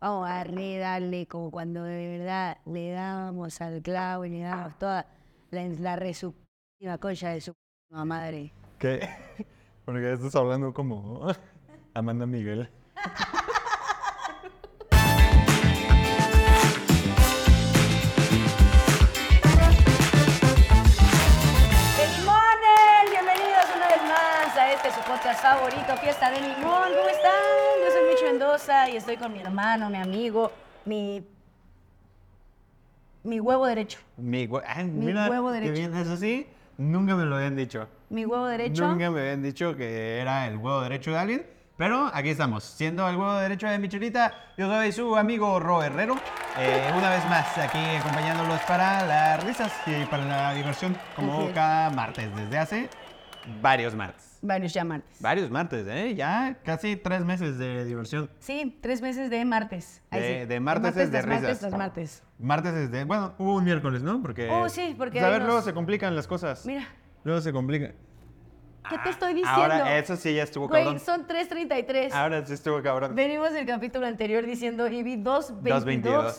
vamos a redarle como cuando de verdad le dábamos al clavo y le dábamos toda la, la re su p- concha de su p- madre. ¿Qué? Porque ya estás hablando como Amanda Miguel. ¡De limones! Bienvenidos una vez más a este su podcast favorito, Fiesta de Limón. ¿Cómo están? Yo soy Micho Mendoza y estoy con mi hermano, mi amigo, mi. mi huevo derecho. Mi, hue- ah, Mi mira, huevo qué derecho. bien, eso sí, nunca me lo habían dicho. Mi huevo derecho. Nunca me habían dicho que era el huevo derecho de alguien, pero aquí estamos, siendo el huevo derecho de Michelita. Yo soy su amigo Ro Herrero, eh, una vez más aquí acompañándolos para las risas y para la diversión, Así como es. cada martes, desde hace varios martes. Varios ya martes. Varios martes, ¿eh? Ya casi tres meses de diversión. Sí, tres meses de martes. Ahí De, sí. de martes es de tras risas. martes tras martes. Martes es de... Bueno, hubo un miércoles, ¿no? Porque... Oh, sí, porque pues, a ahí ver, nos- luego se complican las cosas. Mira, Luego se complican. ¿qué te estoy diciendo? Ah, Ahora, eso sí ya estuvo Güey, cabrón. son 3.33. Ahora sí estuvo cabrón. Venimos del capítulo anterior diciendo y vi 2.22. 2:22.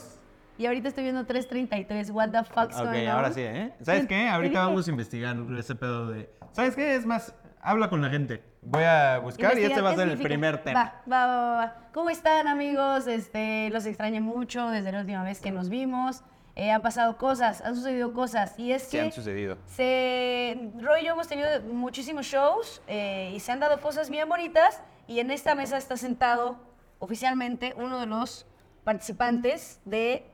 Y ahorita estoy viendo 3.33. What the fuck's Ok, going on? ahora sí, ¿eh? ¿Sabes qué? Dije, Ahorita vamos a investigar ese pedo de... ¿Sabes qué? Es más, habla con la gente. Voy a buscar y investigar este va a qué ser el significa. primer tema. Va, va, va, va, va. ¿Cómo están, amigos? Este, los extrañé mucho desde la última vez que nos vimos. Eh, han pasado cosas, han sucedido cosas. Y es ¿Qué que... han sucedido? Se, Roy y yo hemos tenido muchísimos shows eh, y se han dado cosas bien bonitas y en esta mesa está sentado oficialmente uno de los participantes de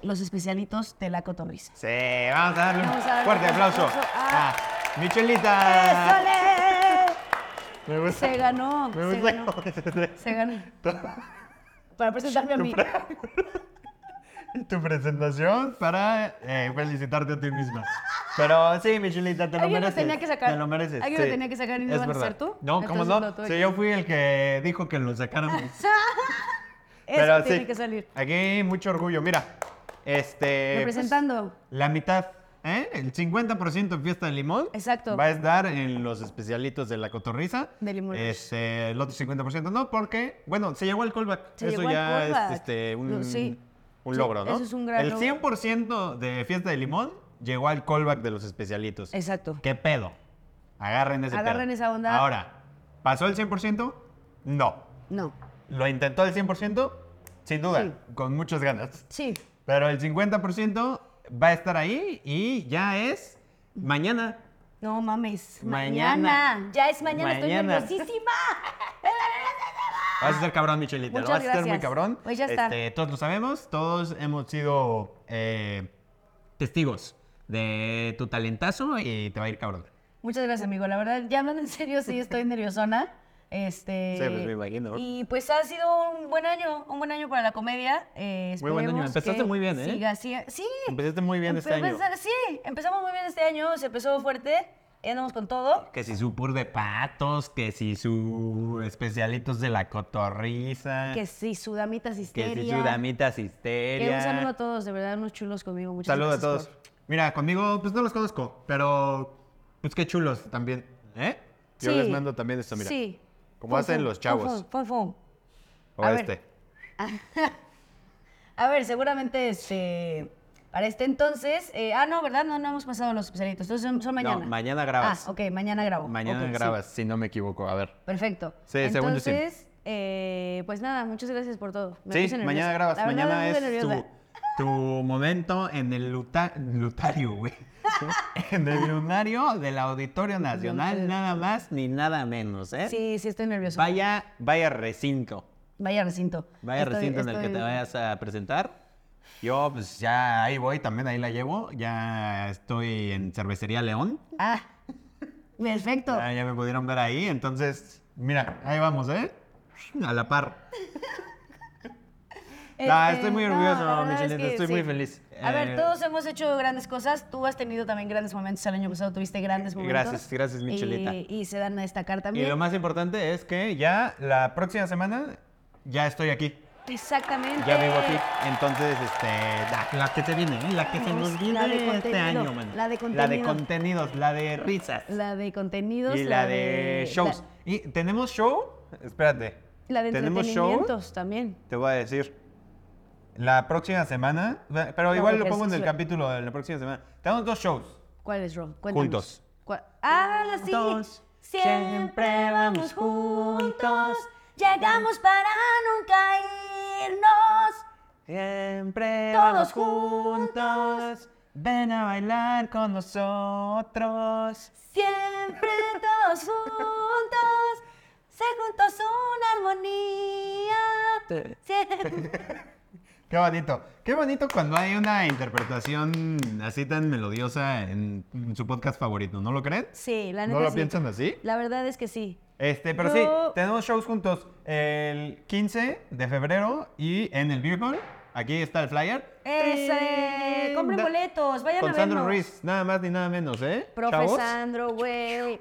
los especialitos de la cotorrisa. Sí, vamos a darle un Vamos a darle fuerte un aplauso aplauso Ah. a- a Michelita. Me gusta. Se ganó, Me se gusta ganó, cómo se te- se ganó. Para presentarme a mí. tu presentación para eh, felicitarte a ti misma. Pero sí, Michelita, te lo Alguien lo mereces. tenía que sacar. Te lo mereces. Alguien lo sí. tenía que sacar y no Es iban a verdad. ser tú. No, ¿cómo Entonces lo no? tuve Sí, que- yo fui el que dijo que lo sacáramos. Eso Pero tiene sí, que salir. Aquí mucho orgullo. Mira, este. Representando. pues, la mitad. ¿eh? El 50% en Fiesta de Limón. Exacto. Va a estar en los especialitos de la cotorriza. De Limón. Este, el otro 50% no, porque, bueno, se llegó al callback. Se eso llegó al ya es callback. este, un, Lo- sí. un Sí, logro, ¿no? eso es un gran El logro. 100% de Fiesta de Limón llegó al callback de los especialitos. Exacto. ¿Qué pedo? Agarren ese pedo. Agarren esa onda. Ahora, ¿pasó el 100%? No. No. ¿Lo intentó el 100%? Sin duda, Sí. con muchas ganas. Sí. Pero el 50% va a estar ahí y ya es mañana. No mames. Mañana. Ya es mañana. Mañana. Estoy nerviosísima. Vas a ser cabrón, Michelita. Muchas lo vas a ser muy gracias. cabrón. Pues ya está. Este, todos lo sabemos. Todos hemos sido eh, testigos de tu talentazo y te va a ir cabrón. Muchas gracias, amigo. La verdad, ya hablando en serio, sí estoy nerviosona. Este, Sí, pues, me imagino. Y pues ha sido un buen año, un buen año para la comedia. Eh, Muy buen año. esperemos Empezaste que muy bien, ¿eh? siga así. Sí. Empezaste muy bien este Empe- año. Sí, empezamos muy bien este año, se empezó fuerte, ya andamos con todo. Que si su pur de patos, que si su especialitos de la cotorriza, Que sí, sudamitas Ah. que histeria. si su damitas Que histeria. un saludo a todos, de verdad, unos chulos conmigo. Muchas Saludos a gracias todos. por- Mira, conmigo, pues no los conozco, pero pues qué chulos también, ¿eh? Yo Sí. les mando también esto, mira. Sí. Como Fun, hacen fun, los fun, chavos. fun, fun, fun. O A ver. este. A ver, seguramente este. Para este entonces. eh, ah, no, ¿verdad? No, no hemos pasado los especialitos. Entonces son, son mañana. No, mañana grabas. Ah, ok, mañana grabo. Mañana Ok, sí. grabas, si no me equivoco, a ver. Perfecto. Sí, según yo sí. Entonces, eh, pues nada, muchas gracias por todo. Me sí, puse nerviosa. mañana grabas. La verdad, mañana me puse es tu, nerviosa. tu momento en el luta- lutario, güey. en el lunario del Auditorio Nacional, nada más ni nada menos, ¿eh? Sí, sí, estoy nervioso. Vaya, vaya recinto. Vaya recinto. Vaya Estoy- recinto en el que estoy- te vayas a presentar. Yo, pues ya ahí voy, también ahí la llevo. Ya estoy en Cervecería León. Ah, perfecto. Ya, ya me pudieron ver ahí. Entonces, mira, ahí vamos, ¿eh? A la par. No, Ah, estoy muy orgulloso, Eh, la verdad Michelin, estoy muy feliz. A ver, Eh, todos hemos hecho grandes cosas. Tú has tenido también grandes momentos. El año pasado tuviste grandes momentos. Eh, Gracias, gracias, Michelita. Y, y se dan a destacar Y también. lo más importante es que ya la próxima semana ya estoy aquí. Exactamente. Ya vivo aquí. Entonces, este, la, la que te viene, ¿eh? la que se Vamos, nos la viene de este contenido, año, man. la de La de contenido. contenidos, la de risas. La de contenidos. Y la de shows. la- Y tenemos show. Espérate. La de ¿Tenemos show? entretenimientos también. Te voy a decir. La próxima semana, pero igual lo porque pongo en es- el capítulo de la próxima semana. Tenemos dos shows. ¿Cuál es, Ro? Cuéntanos. Juntos. ¿Cuál- Ah, sí. Juntos. Siempre vamos juntos. Llegamos para nunca irnos. Siempre Todos juntos. Ven a bailar con nosotros. Siempre todos juntos. Se juntos una armonía. Siempre. Qué bonito. Qué bonito cuando hay una interpretación así tan melodiosa en su podcast favorito, ¿no lo creen? Sí, la neta ¿No lo sí. piensan así? La verdad es que sí. Este, pero sí, Yo- tenemos shows juntos el 15 de febrero y en el Beer Hall. Aquí está el flyer. ¡Ese! ¡Compren Trinda- boletos! ¡Vayan Con a Sandro vernos! Ruiz, nada más ni nada menos, ¿eh? Profe chavos? Sandro, güey.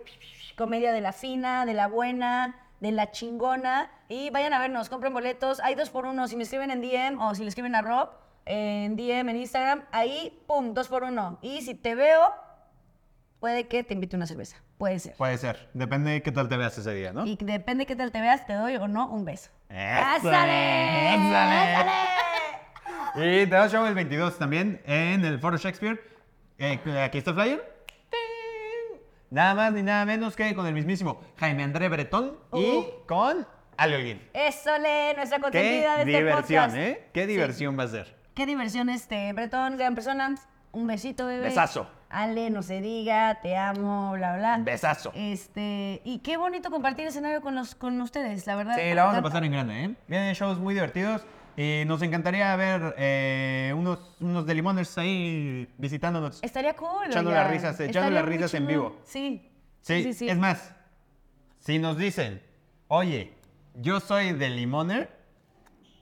Comedia de la fina, de la buena, de la chingona. Y vayan a vernos, compren boletos. Hay dos por uno. Si me escriben en DM o si le escriben a Rob en DM, en Instagram, ahí, pum, dos por uno. Y si te veo, puede que te invite una cerveza. Puede ser. Puede ser, depende de qué tal te veas ese día, ¿no? Y depende qué tal te veas, te doy o no un beso. ¡Eso! ¡Ásale! ¡Ásale! ¡Ásale! Y tenemos show el 22 también en el Foro Shakespeare. Eh, aquí está el flyer. ¡Ting! Nada más ni nada menos que con el mismísimo Jaime André Bretón y Uh. con Ale Holguín. Eso le, nuestra Qué consentida de este diversión, podcast. ¿eh? Qué diversión va a ser. Qué diversión este, Bretón, gran persona. Un besito, bebé. Besazo. Ale, no se diga, te amo, bla, bla. Besazo. Este, y qué bonito compartir escenario con los con ustedes, la verdad. Sí, la vamos a pasar en grande, ¿eh? Vienen shows muy divertidos y nos encantaría ver eh, unos, unos de limoners ahí visitándonos. Estaría cool. Echando oigan. las risas, echando Estaría las muy risas en chingón. vivo. Sí. Sí, es más, si nos dicen, oye, yo soy de limoner,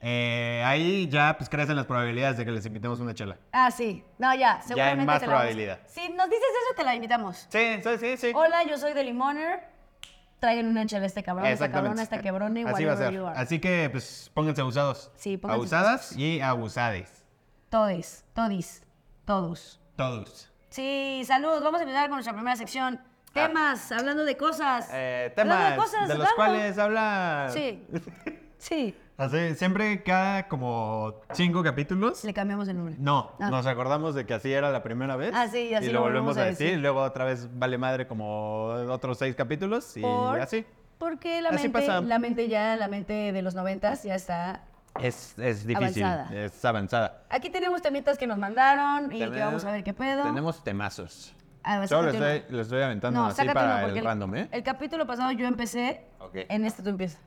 eh, ahí ya pues crecen las probabilidades de que les invitemos una chela. Ah, sí. No, ya, seguramente más te la vamos- probabilidad. Si nos dices eso, te la invitamos. Sí, sí, sí, sí. Hola, yo soy de Limoner. Traigan una chela a este cabrón, esta cabrona, esta quebrone, Así va a whatever ser. you are. Así que pues pónganse abusados. Sí, pónganse Abusadas y abusades. Todes, todis, todos. Todos. Sí, salud. Vamos a empezar con nuestra primera sección. Temas, hablando de cosas. Ah. Eh, Hablando temas de, los vamos. cuales habla... Sí. Sí. Así, siempre cada como cinco capítulos. Le cambiamos el nombre. No, Ah. nos acordamos de que así era la primera vez. Ah, sí, y así y lo lo volvemos volvemos a a decir. decir. Y luego otra vez vale madre como otros seis capítulos y Por- así. Porque la Así mente, pasa. la mente ya, la mente de los noventas ya está. Es, es difícil, Avanzada. es avanzada. Aquí tenemos temitas que nos mandaron y que Tenemos- vamos a ver qué pedo. Tenemos temazos. Ah, vas a Solo les continuar. estoy, les estoy aventando No, así sácate uno para porque el el, random, ¿eh? el capítulo pasado yo empecé. Ok. En este tú empiezas.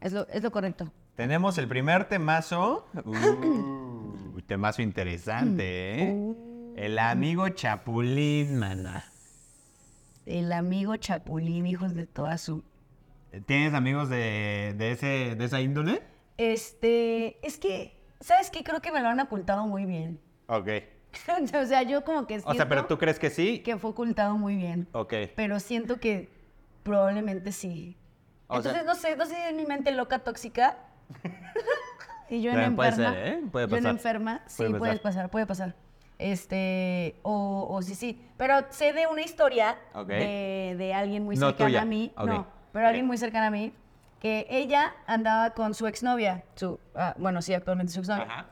Es lo, es lo correcto. Tenemos el primer temazo. Uh, temazo interesante, ¿eh? El amigo Chapulín, maná. El amigo Chapulín, hijos de toda su ¿Tienes amigos de, de ese, de esa índole? Este, es que, ¿sabes qué? Creo que me lo han ocultado muy bien. Ok. o sea, yo como que siento O sea, pero tú crees que sí. que fue ocultado muy bien, Ok. pero siento que probablemente sí. O Entonces, sea- no sé, no sé si es mi mente loca tóxica. y yo en También enferma. puede ser, ¿eh? Puede Yo en pasar. enferma, sí, Puede puede pasar. puede pasar. Este, o, o sí, sí. Pero sé de una historia Ok. de, de alguien muy No cercana tuya. a mí. Ok. No, pero Ok. alguien muy cercana a mí. Que ella andaba con su exnovia. Su, ah, bueno, sí, actualmente su exnovia. Ajá.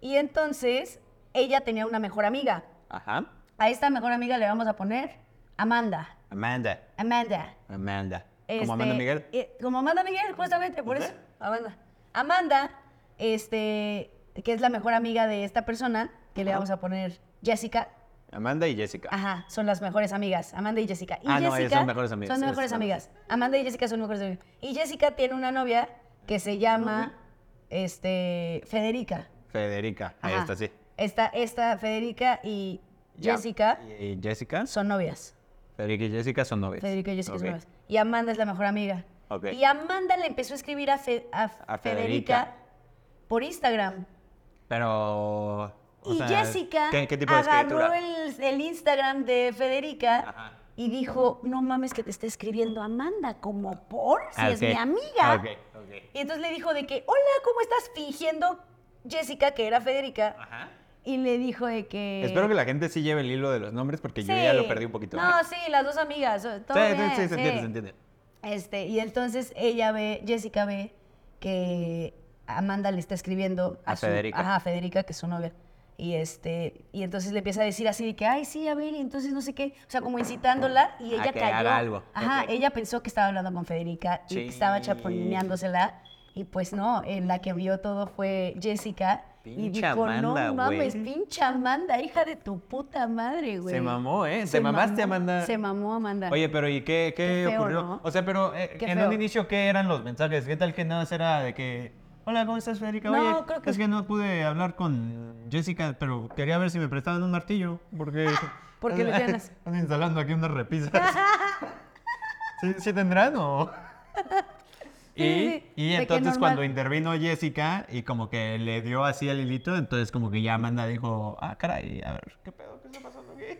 Y entonces, ella tenía una mejor amiga. Ajá. A esta mejor amiga le vamos a poner Amanda. Amanda. Amanda. Amanda. Este, ¿Cómo Amanda Miguel? eh, como Amanda Miguel, justamente, por Ujú. eso. Amanda. Amanda, este, que es la mejor amiga de esta persona, que le Ajá. vamos a poner Jessica. Amanda y Jessica. Ajá, son las mejores amigas, Amanda y Jessica. Y Ah, no, ellas Jessica, son mejores amigas. Son Ellas mejores son amigas. Amanda y Jessica son mejores amigas. Y Jessica tiene una novia que se llama, este, Federica. Federica. Ahí Ajá. está, Ah, sí. Esta, esta Federica y Ya. Jessica Y y Jessica. son novias. Federica y Jessica son novias. Federica y Jessica Pues, Ok. son novias. Y Amanda es la mejor amiga. Ok. Y Amanda le empezó a escribir a, Fe- a A Federica. Federica. por Instagram. Pero. o y sea, Jessica ¿qué, qué tipo de agarró escritura? el, el Instagram de Federica Ajá. y dijo, no mames que te está escribiendo Amanda, como por si Ah, es ok. mi amiga. Ok, ok. Y entonces le dijo de que, hola, ¿cómo estás fingiendo Jessica, que era Federica? Ajá. Y le dijo de que... Espero que la gente sí lleve el hilo de los nombres porque yo ya lo perdí un poquito. ¿eh? No, sí, las dos amigas. Todo Sí, sí, bien, sí, se entiende, sí. se entiende. Este, y entonces ella ve, Jessica ve que Amanda le está escribiendo A su- Federica. ajá, a Federica, que es su novia. Y, este, y entonces le empieza a decir así de que, ay, sí, a ver, y entonces no sé qué. O sea, como incitándola y A ella que cayó. haga algo. Ajá, Ok. ella pensó que estaba hablando con Federica y que estaba Sí. chaponeándosela. Y pues no, en la que vio todo fue Jessica. y Pinche dijo, Amanda, no güey". mames, pinche Amanda, hija de tu puta madre, güey. Se mamó, ¿eh? Se Se mamaste, mamó, Amanda. Se mamó Amanda. Oye, pero ¿y qué, Qué qué feo, ocurrió? ¿no? O sea, pero eh, Qué en feo. un inicio, ¿qué eran los mensajes? ¿Qué tal que nada más era de que, hola, ¿cómo estás, Federica? No, Oye, creo que- es que no pude hablar con Jessica, pero quería ver si me prestaban un martillo, porque... Porque lo llenas. Están instalando aquí unas repisas. ¿Sí, sí tendrán o...? Sí, sí, Y, sí. y De que entonces normal. cuando intervino Jessica y como que le dio así al hilito, entonces como que ya Amanda dijo, ah, caray, a ver, ¿qué pedo? ¿Qué está pasando aquí?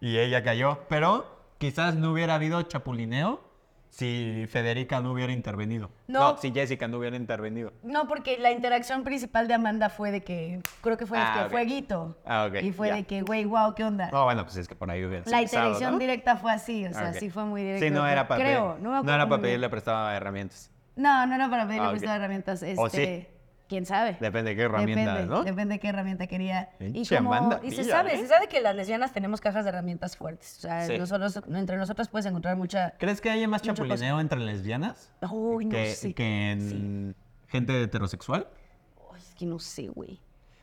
Y ella cayó, pero quizás no hubiera habido chapulineo si Federica no hubiera intervenido. No. si Jessica no hubiera intervenido. No, porque la interacción principal de Amanda fue de que, creo que fue de Ah, que ok. fueguito. Ah, ok, Y fue ya. de que, güey, wow, ¿qué onda? No, bueno, pues es que por ahí hubiera la pasado, interacción ¿no? directa fue así, o sea, Ok. sí fue muy directa. Sí, no era para Creo, pedir- no, me No, acuerdo era muy para bien. pedirle prestado herramientas. No, no era para pedirle Ah, ok. prestado herramientas. Este, O ¿Quién sabe? Depende de qué herramientas, Depende, ¿no? Depende de qué herramienta quería. Y, Pinche como- Amanda y se pilla, sabe, ¿eh? se sabe que las lesbianas tenemos cajas de herramientas fuertes. O sea, Sí. nosotros, entre nosotras puedes encontrar mucha... ¿Crees que haya más Mucha cosa. chapulineo entre lesbianas Uy, no que, sé. que en gente heterosexual? Ay, es que no sé, güey.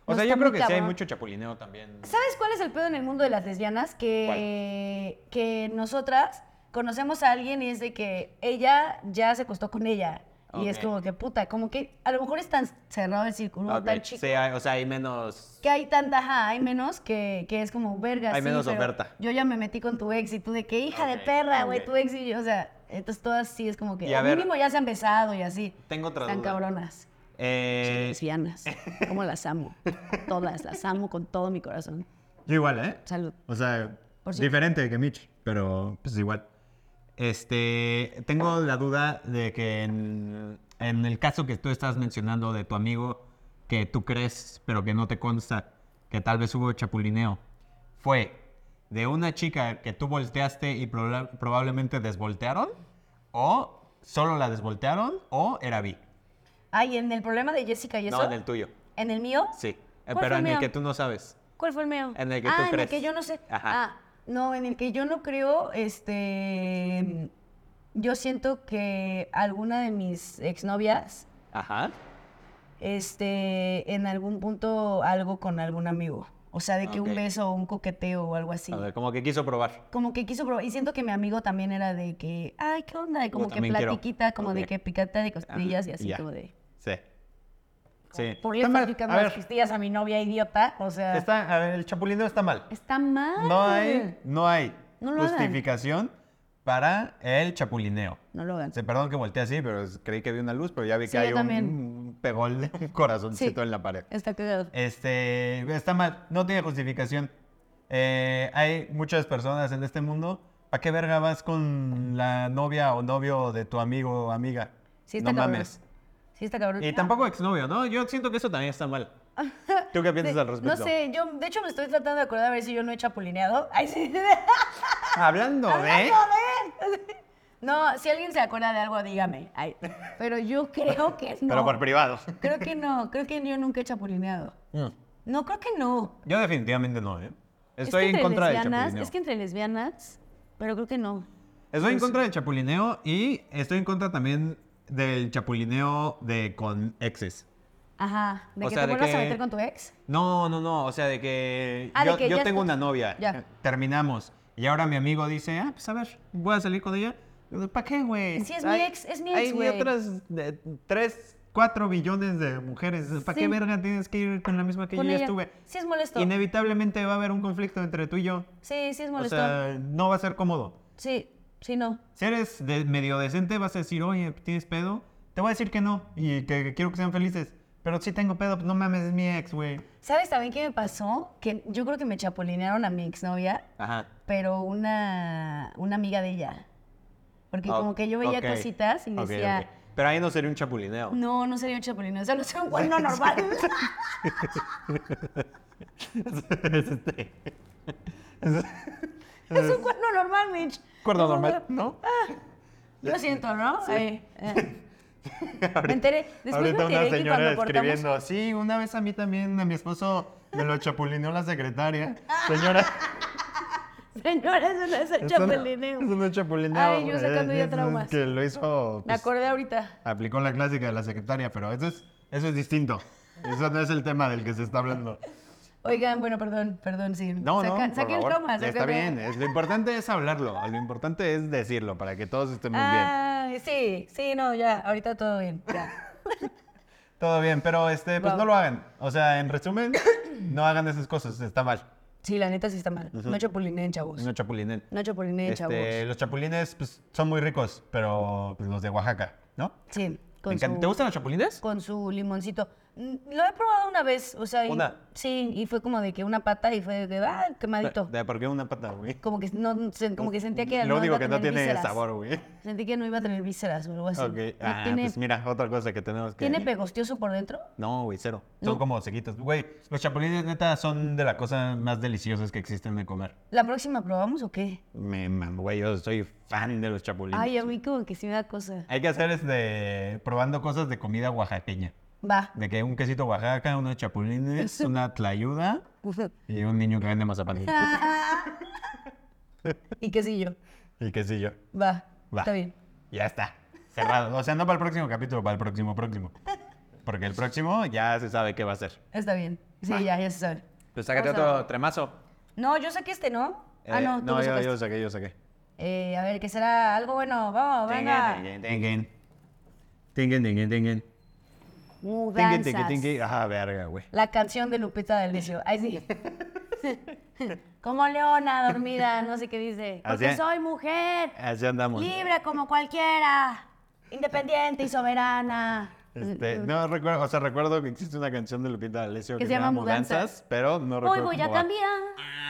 O No, está sea, yo muy creo que sí hay cabrón. mucho chapulineo también. ¿Sabes cuál es el pedo en el mundo de las lesbianas? Que, que nosotras conocemos a alguien y es de que ella ya se acostó con ella. Y es Ok. como que puta, como que a lo mejor es tan cerrado el círculo, Ok, tan chico. sí, hay- o sea, hay menos... Que hay tanta, ajá, hay menos que, que es como verga. Hay sí, menos pero oferta. Yo ya me metí con tu ex y tú de que hija de Ok, perra, güey, ok. tu ex y yo, o sea, entonces todas sí es como que Y a al ver- mínimo ya se han besado y así. Tengo otra Están duda. cabronas. Eh, Lesbianas. ¿Cómo las amo? Todas, las amo con todo mi corazón. Yo igual, ¿eh? Salud. O sea, Por si- diferente que Mitch, pero pues igual. Este, tengo la duda de que en, en el caso que tú estás mencionando de tu amigo que tú crees, pero que no te consta, que tal vez hubo chapulineo, ¿fue de una chica que tú volteaste y proba- probablemente desvoltearon? ¿O solo la desvoltearon? ¿O era vi? Ay, en el problema de Jessica y eso. no, en el tuyo. ¿En el mío? Sí. Eh, ¿Cuál fue Pero Pues el en el mío? que tú no sabes. ¿Cuál fue el mío? En el que ah, tú en crees. el que yo no sé. Ajá. Ah, no, en el que yo no creo, este. Yo siento que alguna de mis exnovias, Ajá. este, en algún punto algo con algún amigo. O sea, de que un Ok. beso o un coqueteo o algo así. A ver, como que quiso probar. Como que quiso probar. Y siento que mi amigo también era de que, ay, ¿qué onda? Y como que también quiero. platiquita, como de Ok. que picata de Ajá, costillas y así ya. como de. Sí. Sí. ¿Por qué Está mal. platicando A las ver. costillas a mi novia idiota? O sea. Está, a ver, el chapulineo está mal. Está mal. No hay, no hay Ah. No lo hagan. justificación para el chapulineo. No lo hagan. Se perdón que volteé así, pero es- creí que vi una luz, pero ya vi que Sí, hay yo un, también. un pegol de un corazoncito Sí. en la pared. Está cagado. Este, está mal, no tiene justificación. Eh, hay muchas personas en este mundo. ¿Para qué verga vas con la novia o novio de tu amigo o amiga? Sí está no cabrón. mames. Sí, está cabrón. Y tampoco exnovio, ¿no? Yo siento que eso también está mal. ¿Tú qué piensas Sí, al respecto? No sé, yo de hecho me estoy tratando de acordar a ver si yo no he chapulineado. Ay, sí. ¿Eh? Hablando de... No, si alguien se acuerda de algo, dígame. Ay, pero yo creo que no. Pero por privado. creo que no, creo que yo nunca he chapulineado. Mm. No, creo que no. Yo definitivamente no, ¿eh? Es Estoy que en entre contra del lesbianas- chapulineo. Es que pues entre lesbianas, pero creo que no. Estoy en contra del chapulineo y estoy en contra también del chapulineo de con exes. Ajá. ¿De O que sea, te de vuelvas a que- meter con tu ex? No, no, no. O sea, de que Ah, de yo, que yo ya tengo estás- una novia. Eh, Ya. Terminamos. Y ahora mi amigo dice, ah, pues a ver, voy a salir con ella. ¿Para qué, güey? Sí, es mi Hay- ex, es mi ex, güey. Hay otras de- tres, cuatro billones de mujeres. ¿Para qué Sí. verga tienes que ir con la misma que Con yo ya ella. estuve? Sí, es molesto. Inevitablemente va a haber un conflicto entre tú y yo. Sí, sí, es O molesto. sea, no va a ser cómodo. Sí, sí, no. Si eres de- medio decente, vas a decir, oye, ¿tienes pedo? Te voy a decir que no y que, que quiero que sean felices. Pero si tengo pedo, pues no mames, es mi ex, güey. ¿Sabes también qué me pasó? Que yo creo que me chapulinearon a mi exnovia, Ajá. pero una, una amiga de ella. Porque Ah, como que yo veía ok. cositas y Ok, ok. decía, Pero ahí no sería un chapulineo. no, no sería un chapulineo, solo sería un cuerno normal. Este, es un cuerno normal, Mitch. Ah, Cuerno normal, ¿no? Lo siento, ¿no? Ay, eh. Me enteré, después me Ahorita una enteré que señora cuando cortamos... escribiendo, sí, una vez a mí también, a mi esposo me lo chapulineó la secretaria. Ah. Señora, Señora, eso no es el eso no- chapulineo. eso no es chapulineo. Ay, yo sacando eh, ya es traumas. Que lo hizo, Me pues, acordé ahorita. aplicó la clásica de la secretaria, pero eso es, eso es distinto. Eso no es el tema del que se está hablando. Oigan, bueno, perdón, perdón, sí. No, no, Saca- por saqué el favor. trauma. saqué Está el trauma. bien, es- lo importante es hablarlo, lo importante es decirlo para que todos estén muy Ah, bien. Ay, sí, sí, no, ya, ahorita todo bien. ya. Todo bien, pero este, pues Wow. no lo hagan. O sea, en resumen, no hagan esas cosas, está mal. Sí, la neta sí está mal. No chapulineen, chavos. No chapulinen. No chapulineen, Este, chavos. los chapulines pues, son muy ricos, pero pues, los de Oaxaca, ¿no? Sí, Me con encanta. su, ¿Te gustan los chapulines? con su limoncito. Mm, Lo he probado una vez, o sea, y- ¿Una? sí, y fue como de que una pata y fue de, ah, quemadito. De, ¿Por qué una pata, güey? Como que no, se- como que sentía que Lo no iba único a que no tener tiene vísceras. sabor, güey. Sentí que no iba a tener vísceras o algo así. Ok, No ah, tiene, pues mira, otra cosa que tenemos que... tiene pegostioso por dentro. No, güey, cero. Son como sequitos. Güey, los chapulines neta son de las cosas más deliciosas que existen de comer. ¿La próxima probamos o qué? Me, man, güey, yo soy fan de los chapulines. Ay, a mí como que sí me da cosa. Hay que hacer este, probando cosas de comida oaxaqueña. Va. De que un quesito Oaxaca, unos chapulines, una tlayuda y un niño que vende mazapán. Ah. y qué sé yo. y quesillo. Va. Va. Está bien. Ya está. Cerrado. O sea, no para el próximo capítulo, para el próximo próximo. Porque el próximo ya Ya se sabe qué va a ser. Está bien. Sí, ya, ya se sabe. Pues sácate Vamos a- otro tremazo. No, yo saqué este, ¿no? ah, Eh, no, tú lo yo, sacaste. yo saqué, yo saqué. Eh, a ver, ¿qué será? Algo bueno. Vamos, venga. Tinguen, tinguen. Tinguen, tinguen, tinguen. Tingue, tingue, Mudanzas. tingue. Ah, verga, güey. La canción de Lupita del Vicio. Ahí sí. como leona dormida, no sé qué dice. Así Porque es. Eh, soy mujer, Así andamos. libre como cualquiera, independiente y soberana. Este, no recuerdo, o sea, recuerdo que existe una canción de Lupita D'Alessio que, se llama Mudanzas, pero no Hoy recuerdo. voy a cómo va. cambiar,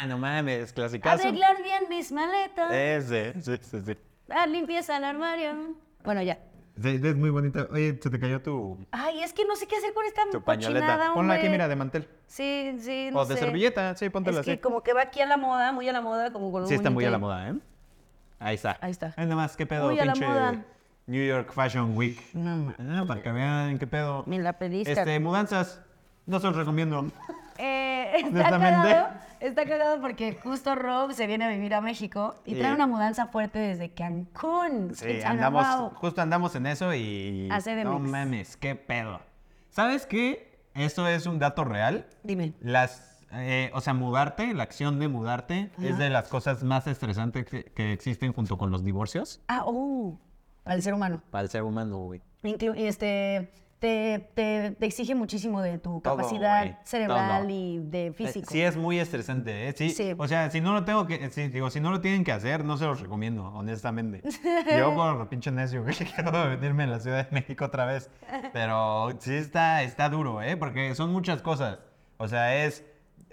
Ah, no mames, clasicazo. arreglar bien mis maletas, Ese, sí, sí, sí. dar Ah, limpieza al armario. Bueno, ya. Es muy bonita. Oye, se te cayó tu, Ay, es que no sé qué hacer con esta Tu cochinada, pañoleta. Ponla hombre. aquí, mira, de mantel. Sí, sí, no o de sé. servilleta, sí, póntela Es que así. como que va aquí a la moda, muy a la moda, como con un Sí, está muy moñito a la ahí. moda, ¿eh? Ahí está. Ahí está. Ay, nada más, qué pedo, Muy a la pinche moda. New York Fashion Week. No, ma- Ah, para que vean qué pedo. Me la pediste. Este, mudanzas, no se los recomiendo. Eh, está Honestamente. cagado, está cagado porque justo Rob se viene a vivir a México y trae Sí. una mudanza fuerte desde Cancún. Sí, Quintana andamos, Roo. Justo andamos en eso y... Hace de No mix. mames, qué pedo. ¿Sabes qué? Esto es un dato real. Dime. Las, eh, o sea, mudarte, la acción de mudarte, es de las cosas más estresantes que, que existen junto con los divorcios. Ah, oh, al ser humano. Para el ser humano, güey. Inclu- este, te, te- te exige muchísimo de tu Todo, capacidad güey, cerebral todo. y de Eh, físico. Sí es muy estresante, ¿eh? Sí. Sí. O sea, si no lo tengo que, sí, digo, si no lo tienen que hacer, no se los recomiendo, honestamente. Yo con lo pinche necio que quiero venirme a la Ciudad de México otra vez, pero sí está, está duro, ¿eh? Porque son muchas cosas. O sea, es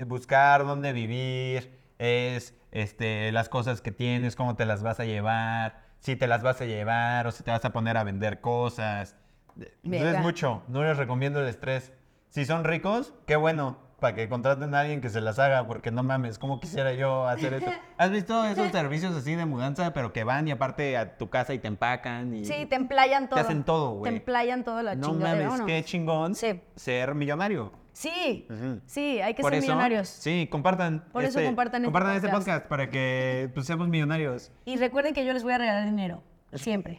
buscar dónde vivir, es, este, las cosas que tienes, cómo te las vas a llevar, si te las vas a llevar o si te vas a poner a vender cosas. No es Verga. mucho, no les recomiendo el estrés. Si son ricos, qué bueno, para que contraten a alguien que se las haga, porque no mames, ¿cómo quisiera yo hacer eso? ¿Has visto esos servicios así de mudanza, pero que van y aparte a tu casa y te empacan? Y... Sí, te emplayan todo. hacen todo, güey. Te emplayan todo la No chingada. mames, vámonos. qué chingón Sí. ser millonario. Sí, Ujú. sí, hay que Por ser eso, millonarios. Sí, compartan. Por eso compartan este compartan este podcast. podcast para que pues, seamos millonarios. Y recuerden que yo les voy a regalar dinero. Siempre.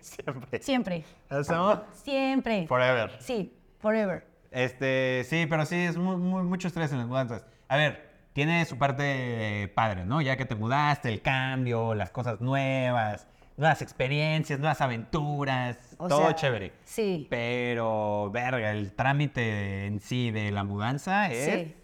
Siempre. Siempre. Hacemos Siempre. forever. Sí, forever. Este, sí, pero sí, es mu- mu- mucho estrés en las mudanzas. A ver, tiene su parte eh, padre, ¿no? Ya que te mudaste, el cambio, las cosas nuevas, nuevas experiencias, nuevas aventuras, O todo sea, chévere. Sí. Pero, verga, el trámite en sí de la mudanza es, Sí.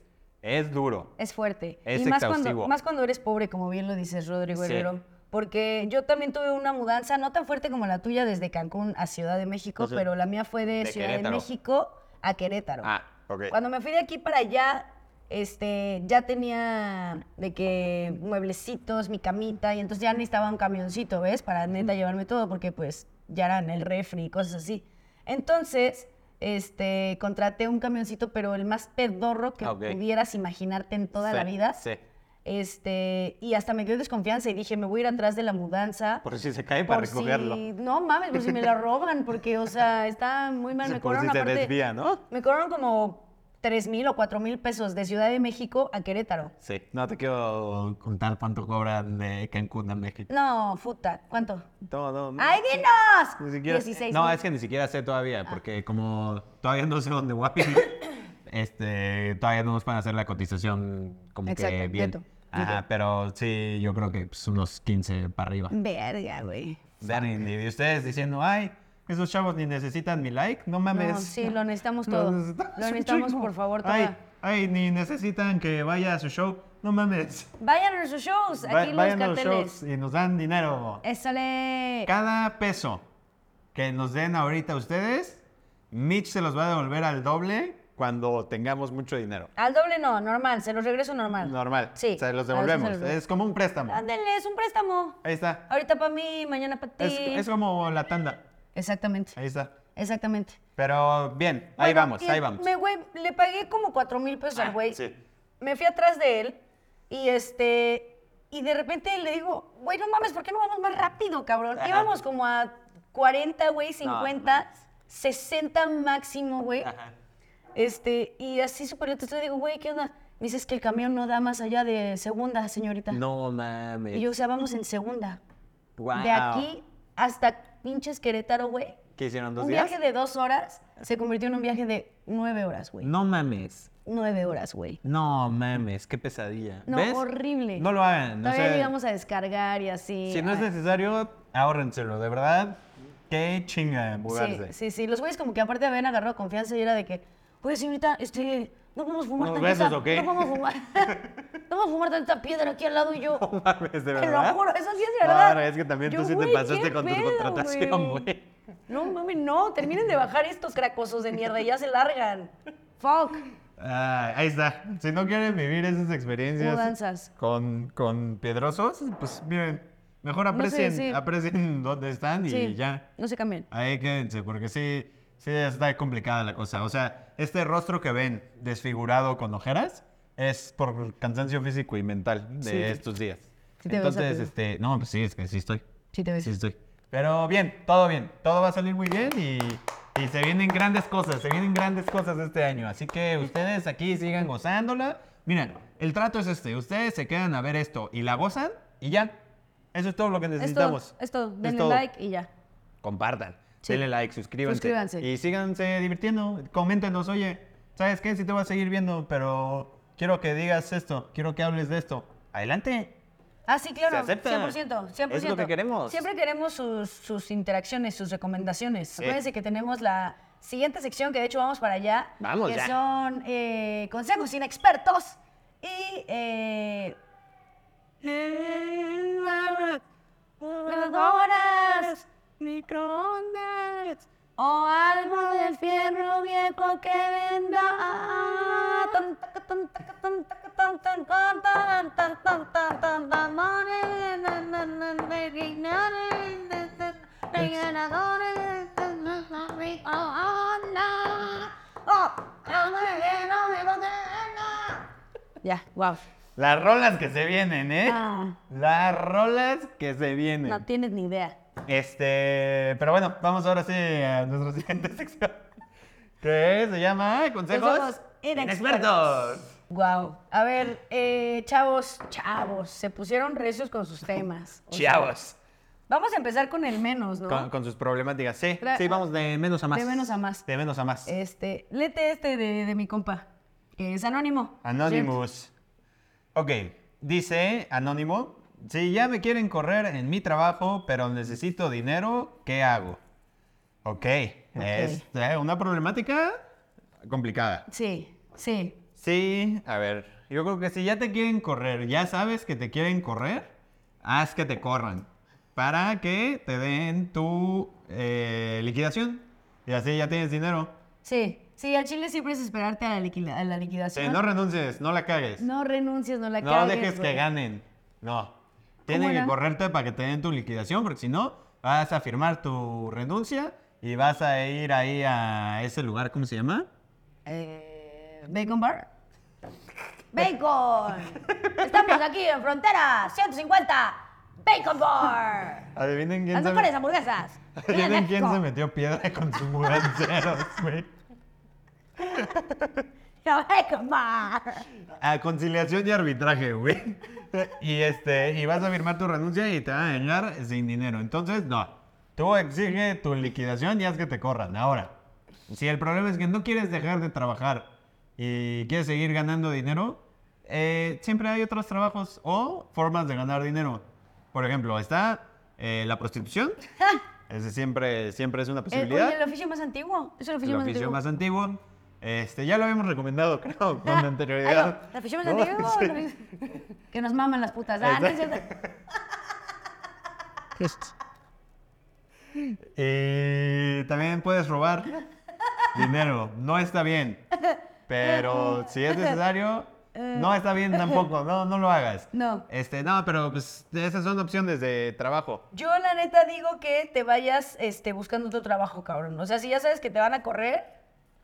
es duro. Es fuerte. Es y más cuando, exhaustivo. más cuando eres pobre, como bien lo dices, Rodrigo Sí. Herrero. Porque yo también tuve una mudanza, no tan fuerte como la tuya, desde Cancún a Ciudad de México, O sea, pero la mía fue de, de Ciudad Querétaro. de México a Querétaro. Ah, ok. Cuando me fui de aquí para allá, este, ya tenía de que mueblecitos, mi camita, y entonces ya necesitaba un camioncito, ¿ves? Para neta llevarme todo, porque pues ya eran el refri y cosas así. Entonces, este, contraté un camioncito, pero el más pedorro que Ah, ok. pudieras imaginarte en toda la vida. Sí. Este, y hasta me dio desconfianza y dije, me voy a ir atrás de la mudanza. Por si se cae para por si- recogerlo. No mames, por si me la roban, porque, o sea, está muy mal. Me por si cobraron se aparte- desvía, ¿no? Me cobraron como 3 mil o 4 mil pesos de Ciudad de México a Querétaro. Sí. No te quiero contar cuánto cobran de Cancún a México. No, puta, ¿cuánto? No, no, no. ¡Ay, dinos! Mm, Ni siquiera. 16 no, mil. es que ni siquiera sé Ah. todavía, porque como todavía no sé dónde voy, este, todavía no nos van a hacer la cotización como que Exacto, bien. entiendo, Ajá, entiendo. pero sí, yo creo que pues, unos 15 para arriba. Mm. Verga, güey. Vean, y, y ustedes diciendo, ay, esos chavos ni necesitan mi like, no mames. No, sí, lo necesitamos Lo todo. necesitamos lo un necesitamos, chingo. por favor, toda. Ay, ay, ni necesitan que vaya a su show, no mames. Vayan a nuestros shows, Va- Pues aquí vayan los a los shows carteles. y nos dan dinero. Échale. Cada peso que nos den ahorita ustedes, Mitch se los va a devolver al doble. Cuando tengamos mucho dinero. Al doble no, normal, se los regreso normal. Normal. Sí. Se los a veces devolvemos. se los- Es como un préstamo. Ándale, es un préstamo. Ahí está. Ahorita para mí, mañana para ti. Es, es como la tanda. Exactamente, Ahí está. exactamente. Pero bien, ahí Bueno, vamos, y ahí vamos. Ah, Me, güey, le pagué como cuatro mil pesos al güey. sí. Me fui atrás de él y este. Y de repente le digo, güey, no mames, ¿por qué no vamos más rápido, cabrón? Ajá. Íbamos como a 40, güey, 50, 60 máximo, güey. Este, y así súper yo te digo, güey, ¿qué onda? Me dices que el camión no da más allá de segunda, señorita. No mames. Y yo, o sea, vamos en segunda. Guau. De aquí hasta pinches Querétaro, güey. ¿Qué hicieron dos Un días? viaje de dos horas se convirtió en un viaje de nueve horas, güey. No mames. Nueve horas, güey. No mames, qué pesadilla. No, ¿Ves? horrible. No lo hagan. No Todavía sé. íbamos a descargar y así. Si no es Ay, necesario, ahórrenselo, de verdad. Qué chinga mudarse. Sí, sí, sí. Los güeyes como que aparte habían agarrado confianza y era de que, pues señorita, este, no podemos fumar ¿Unos tantita- Oh, besos o qué? No podemos fumar. no podemos fumar tanta piedra aquí al lado y yo. No mames, de Te verdad. lo juro, eso sí es verdad. No, es que también Yo, tú sí te güey, pasaste ¿qué con tu pedo, contratación, güey. No, mami, no. Terminen de bajar estos cracosos de mierda y ya se largan. Fuck. Ah, ahí está. Si no quieren vivir esas experiencias Mudanzas. con, con piedrosos, pues miren, mejor No sé, aprecien, sí. aprecien dónde están y Sí. ya. No se cambien. Ahí quédense, porque sí, sí está complicada la cosa. O sea, este rostro que ven desfigurado con ojeras es por cansancio físico y mental de estos días. Sí te ves Entonces, rápido. este, no, pues sí, es que sí estoy. Sí te ves. Sí estoy. Pero bien, todo bien, todo va a salir muy bien y, y se vienen grandes cosas, se vienen grandes cosas este año. Así que ustedes aquí sigan gozándola. Miren, el trato es este, ustedes se quedan a ver esto y la gozan y ya. Eso es todo lo que Es todo, necesitamos. es todo. Denle todo. like y ya. Compartan, Sí. denle like, suscríbanse. Suscríbanse. Y síganse divirtiendo, coméntenos, oye, ¿sabes qué? Si te voy a seguir viendo, pero quiero que digas esto, quiero que hables de esto. Adelante. Ah, sí, claro. Se acepta. 100%, 100%. Es lo que queremos. Siempre queremos sus, sus interacciones, sus recomendaciones. Acuérdense que tenemos la siguiente sección, que de hecho vamos para allá. Vamos Que ya. son eh, consejos inexpertos y... eh, Lavadoras, microondas o algo de fierro viejo que venda. Tan, taca, tan, taca, tan, taca, tan, tan, con, tan, tan, tan, tan, tan, tan, mones, na, na, na, na, regidores, de, de, reganadores, de, de, la microondas. Oh, algo de fierro viejo que venda. Ya, wow. Las rolas que se vienen, ¿eh? Ah. Las rolas que se vienen. No tienes ni idea. Este, pero bueno, vamos ahora sí a nuestra siguiente sección. Que se llama Consejos, Consejos inexpertos. Wow. A ver, eh, chavos, chavos, se pusieron recios con sus temas. O sea, Chavos. vamos a empezar con el menos, ¿no? Con, con sus problemáticas, sí. Tra- Sí, vamos de menos a más. de menos a más. De menos a más. Este, lete este de, de mi compa, que es anónimo. Anonymous. Ok, dice Anónimo, si ya me quieren correr en mi trabajo, pero necesito dinero, ¿qué hago? Ok, es eh, una problemática complicada. Sí, sí. Sí, a ver, yo creo que si ya te quieren correr, ya sabes que te quieren correr, haz que te corran para que te den tu eh, liquidación y así ya tienes dinero. Sí. Sí, al chile siempre es esperarte a la, liquida- a la Sí, liquidación. no renuncies, no la cagues. No renuncies, no la No cagues, dejes que Ah, güey. ganen. No. Tienen que era? correrte para que te den tu liquidación, porque si no, vas a firmar tu renuncia y vas a ir ahí a ese lugar, ¿cómo se llama? Eh, Bacon Bar. Bacon. Estamos aquí en Frontera 150. Bacon Bar. Adivinen quién Las se mejores metió. hamburguesas. Adivinen quién se México. metió piedra con sus mudanceros, güey. La Bacon Bar. A conciliación y arbitraje, güey. Y este, y vas a firmar tu renuncia y te van a dejar sin dinero. Entonces, no. Tú exige tu liquidación y haz que te corran. Ahora, si el problema es que no quieres dejar de trabajar y quieres seguir ganando dinero, eh, siempre hay otros trabajos o formas de ganar dinero. Por ejemplo, está eh, la prostitución. Ese siempre, siempre es una Eh, posibilidad. oye, el oficio más antiguo. Es el El oficio Pues más oficio antiguo. más antiguo. Este, ya lo habíamos recomendado, creo, con Ah, anterioridad. no, ¿La fichamos ¿No? antiguo? Sí. Que nos maman las putas. Ah, no es cierto. Y Eh, también puedes robar dinero. No está bien. Pero si es necesario, no está bien tampoco. No, no lo hagas. No. Este, no, pero pues esas son opciones de trabajo. Yo la neta digo que te vayas este, buscando otro trabajo, cabrón. O sea, si ya sabes que te van a correr,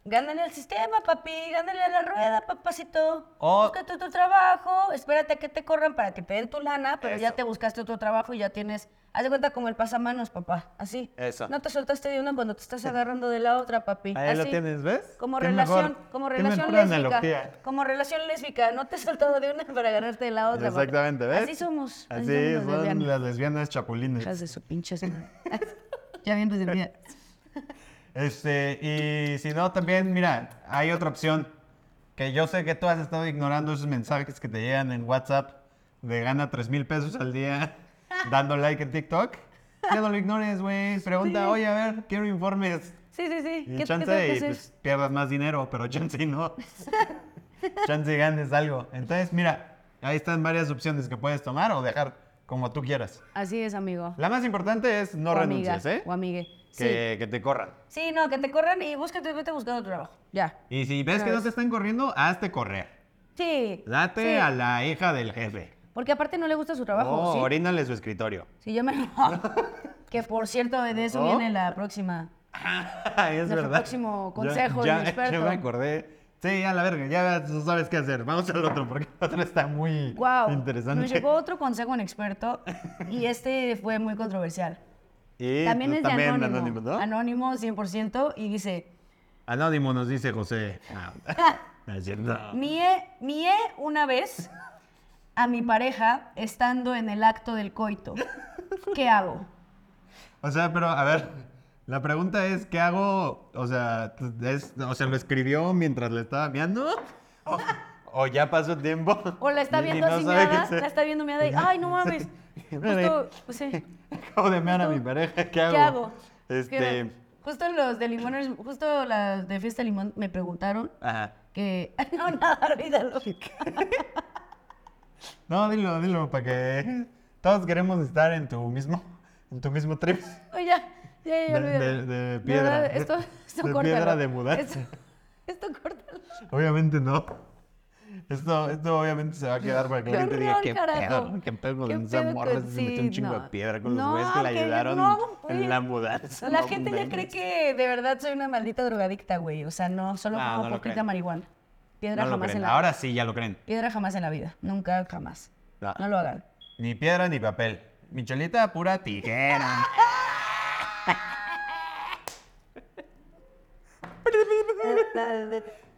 gánale al sistema, papi, gánale a la rueda, papacito. O- Búscate otro trabajo, espérate a que te corran para que te den tu lana, pero ya te buscaste otro trabajo y ya tienes... Haz de cuenta como el pasamanos, papá, así. Eso. No te soltaste de una cuando te estás agarrando de la otra, papi. Ahí lo así. tienes, ¿ves? Ah, Como Qué relación, mejor- como qué relación mejor lésbica. analogía. Como relación lésbica, no te has soltado de una para agarrarte de la otra. papi. Exactamente, ¿ves? Así somos. Así somos son los lesbianos. las lesbianas chapulines. Hijas de su pinche madre. ya bien pues, resentida. Este, y si no, también, mira, hay otra opción. Que yo sé que tú has estado ignorando esos mensajes que te llegan en WhatsApp de gana 3 mil pesos al día dando like en TikTok. Ya no lo ignores, güey. Pregunta, oye, a ver, quiero informes. Sí, sí, sí. Y ¿Qué, chance qué tengo que y hacer? pues, pierdas más dinero, pero chance y no. chance y ganes algo. Entonces, mira, ahí están varias opciones que puedes tomar o dejar como tú quieras. Así es, amigo. La más importante es no O amiga, renuncies, ¿eh? O amigue. Sí. Que, que te corran. Sí, no, que te corran y búscate, vete buscando trabajo. Ya. Y si ves que no te están corriendo, hazte correr. Sí. Date sí. a la hija del jefe. Porque aparte no le gusta su trabajo, O ¿sí? orínale su escritorio. Sí, yo me Que por cierto, de eso ¿No? viene la próxima. es Nuestro verdad. próximo Ya- consejo de ya, un experto. ya me acordé. Sí, a la verga, ya no sabes qué hacer. Vamos al otro, porque el otro está muy Wow. interesante. Nos llegó otro consejo en experto y este fue muy controversial. Y También es de pues, también anónimo. anónimo, ¿no? Anónimo 100% y dice, Anónimo nos dice José. Ah, no es cierto. Mié, mié una vez a mi pareja estando en el acto del coito. ¿Qué hago? O sea, pero a ver, la pregunta es, ¿qué hago? O sea, es- o sea ¿lo escribió mientras le estaba viendo? ¿O, o ya pasó tiempo? O la está y- y viendo no así sabe qué miada, hacer? la está viendo miada y, ay, no mames. Justo, pues, sí, Acabo de mear a mi Justo, pareja, ¿qué hago? ¿qué hago? Este... Que- Justo los de Limoners, justo las de Fiesta Limón me preguntaron Ajá. que, no, nada, olvídalo. No, dilo, dilo, para que todos queremos estar en tu mismo, en tu mismo trip. Oye, ya, ya, ya, De- olvídalo. de- de piedra, verdad, Esto, esto de córtalo. piedra de mudanza. Esto, esto córtalo. Obviamente no. Esto, esto obviamente se va a quedar para que la Qué gente diga horror, qué carajo. pedo, qué pedo con Qué esa pedo morra, con- se metió un sí, chingo de no. piedra con No, los güeyes que la que yo- ayudaron no, en güey. la mudanza. La no gente ya cree mames. que de verdad soy una maldita drogadicta, güey. O sea, no, solo Ah, como no lo poquita creen. marihuana. Piedra No lo jamás en creen. la Ahora sí ya lo creen. Piedra jamás en la vida. Nunca, jamás. No. No, lo hagan. Ni piedra ni papel. Michelita, pura tijera.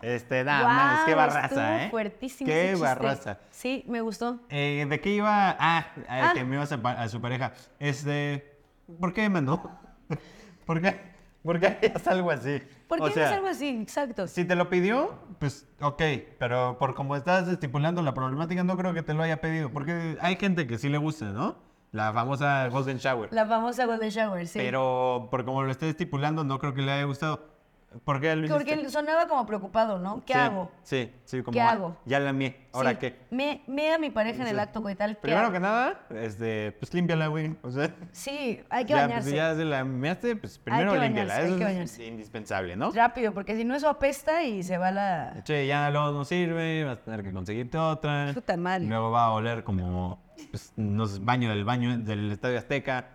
Este, nada más, qué Guau, barraza, estuvo ¿eh? fuertísimo ese Qué chiste. barraza. Sí, me gustó. Eh, ¿De qué iba? Ah, a- Ah. que me iba a, sepa- a su pareja. Este, ¿por qué mandó? ¿Por qué? ¿Por qué harías algo así? ¿Por qué O sea, no es algo así? Exacto. Si te lo pidió, pues ok, pero por como estás estipulando la problemática, no creo que te lo haya pedido, porque hay gente que sí le gusta, ¿no? La famosa Golden Shower. La famosa Golden Shower, sí. Pero por como lo estés estipulando, no creo que le haya gustado. ¿Por qué lo Porque hiciste? él sonaba como preocupado, ¿no? ¿Qué pues, este Sí, hago? Sí, sí, como ¿Qué ah, hago? ya la mié, ¿ahora Sí, qué? Me, me a mi pareja en el acto coital. ¿qué Primero hago? que nada, este, pues límpiala, güey. O sea, Sí, hay que ya, pues, bañarse. si ya se la measte, pues primero que límpiala. bañarse, hay Eso que es bañarse. indispensable, ¿no? Rápido, porque si no eso apesta y se va la... Che, ya luego no sirve, vas a tener que conseguirte otra. Puta madre. Luego va a oler como pues, no sé, baño del baño del Estadio Azteca.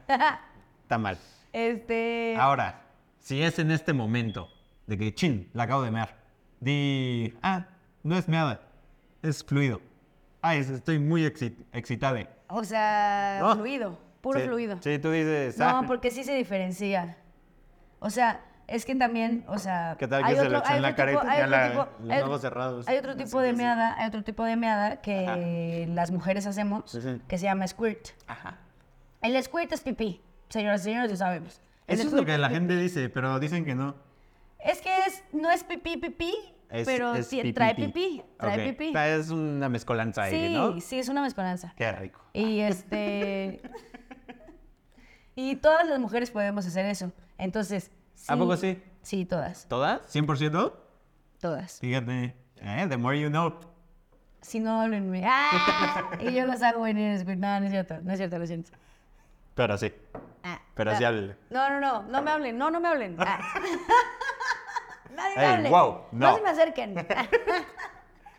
Está mal. este... Ahora, si es en este momento de que chin, la acabo de mear, di, ah, no es meada. es fluido. Ay, es- estoy muy exci- excitable. O sea, No. fluido, puro Sí, fluido. Sí, tú dices, ah, No, porque sí se diferencia. O sea, es que también, o sea, ¿Qué tal que se le echó en la carita y ya la- los hay- ojos cerrados? hay otro tipo Así de que sí. meada, hay otro tipo de meada que las mujeres hacemos, Sí, sí. que se llama squirt. ajá. El squirt es pipí, señoras y señores, lo sabemos. El Eso es lo squirt- que la gente dice, pero dicen que no. Es que es, no es pipí, pipí, Es- pero es sí, pipí, trae pi. pipí, trae Ok, pipí. esta Es una mezcolanza ahí, sí, ¿no? sí, es una mezcolanza. Qué rico. Y este. y todas las mujeres podemos hacer eso. Entonces. ¿A poco sí? Sí, todas. ¿Todas? ¿100%? Todas. Fíjate. Eh, the more you know. Si no, háblenme. ¡Ah! y yo las hago venir en Squid. No, no es cierto. No es cierto, lo siento. Pero sí. Ah, Pero ah. sí háblenle. No, no, no. No me hablen. No, no me hablen. Ah. Nadie me Ey, hable. wow, no. se me acerquen.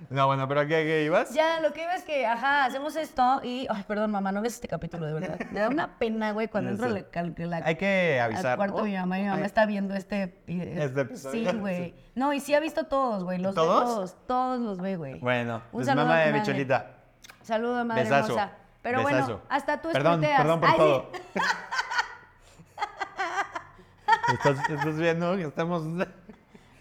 No, bueno, pero ¿a qué, qué ibas? ya, lo que iba es que, ajá, hacemos esto y. Ay, perdón, mamá, no ves este capítulo, de verdad. Me da una pena, güey, cuando Ya entro sé. la, cal- la, Hay que avisar. Oh, Al cuarto de mi mamá, y mi mamá está viendo este. Este episodio. Sí, güey. No, y sí ha visto todos, güey. Los ve ¿Todos? todos, todos los ve, güey. Bueno, Un pues saludo mamá a tu de madre. Bicholita. Saludo, madre Besazo. hermosa. Pero besazo. bueno, hasta tú Perdón, escuteas. perdón por Ay, sí. todo. ¿Estás, estás viendo que estamos...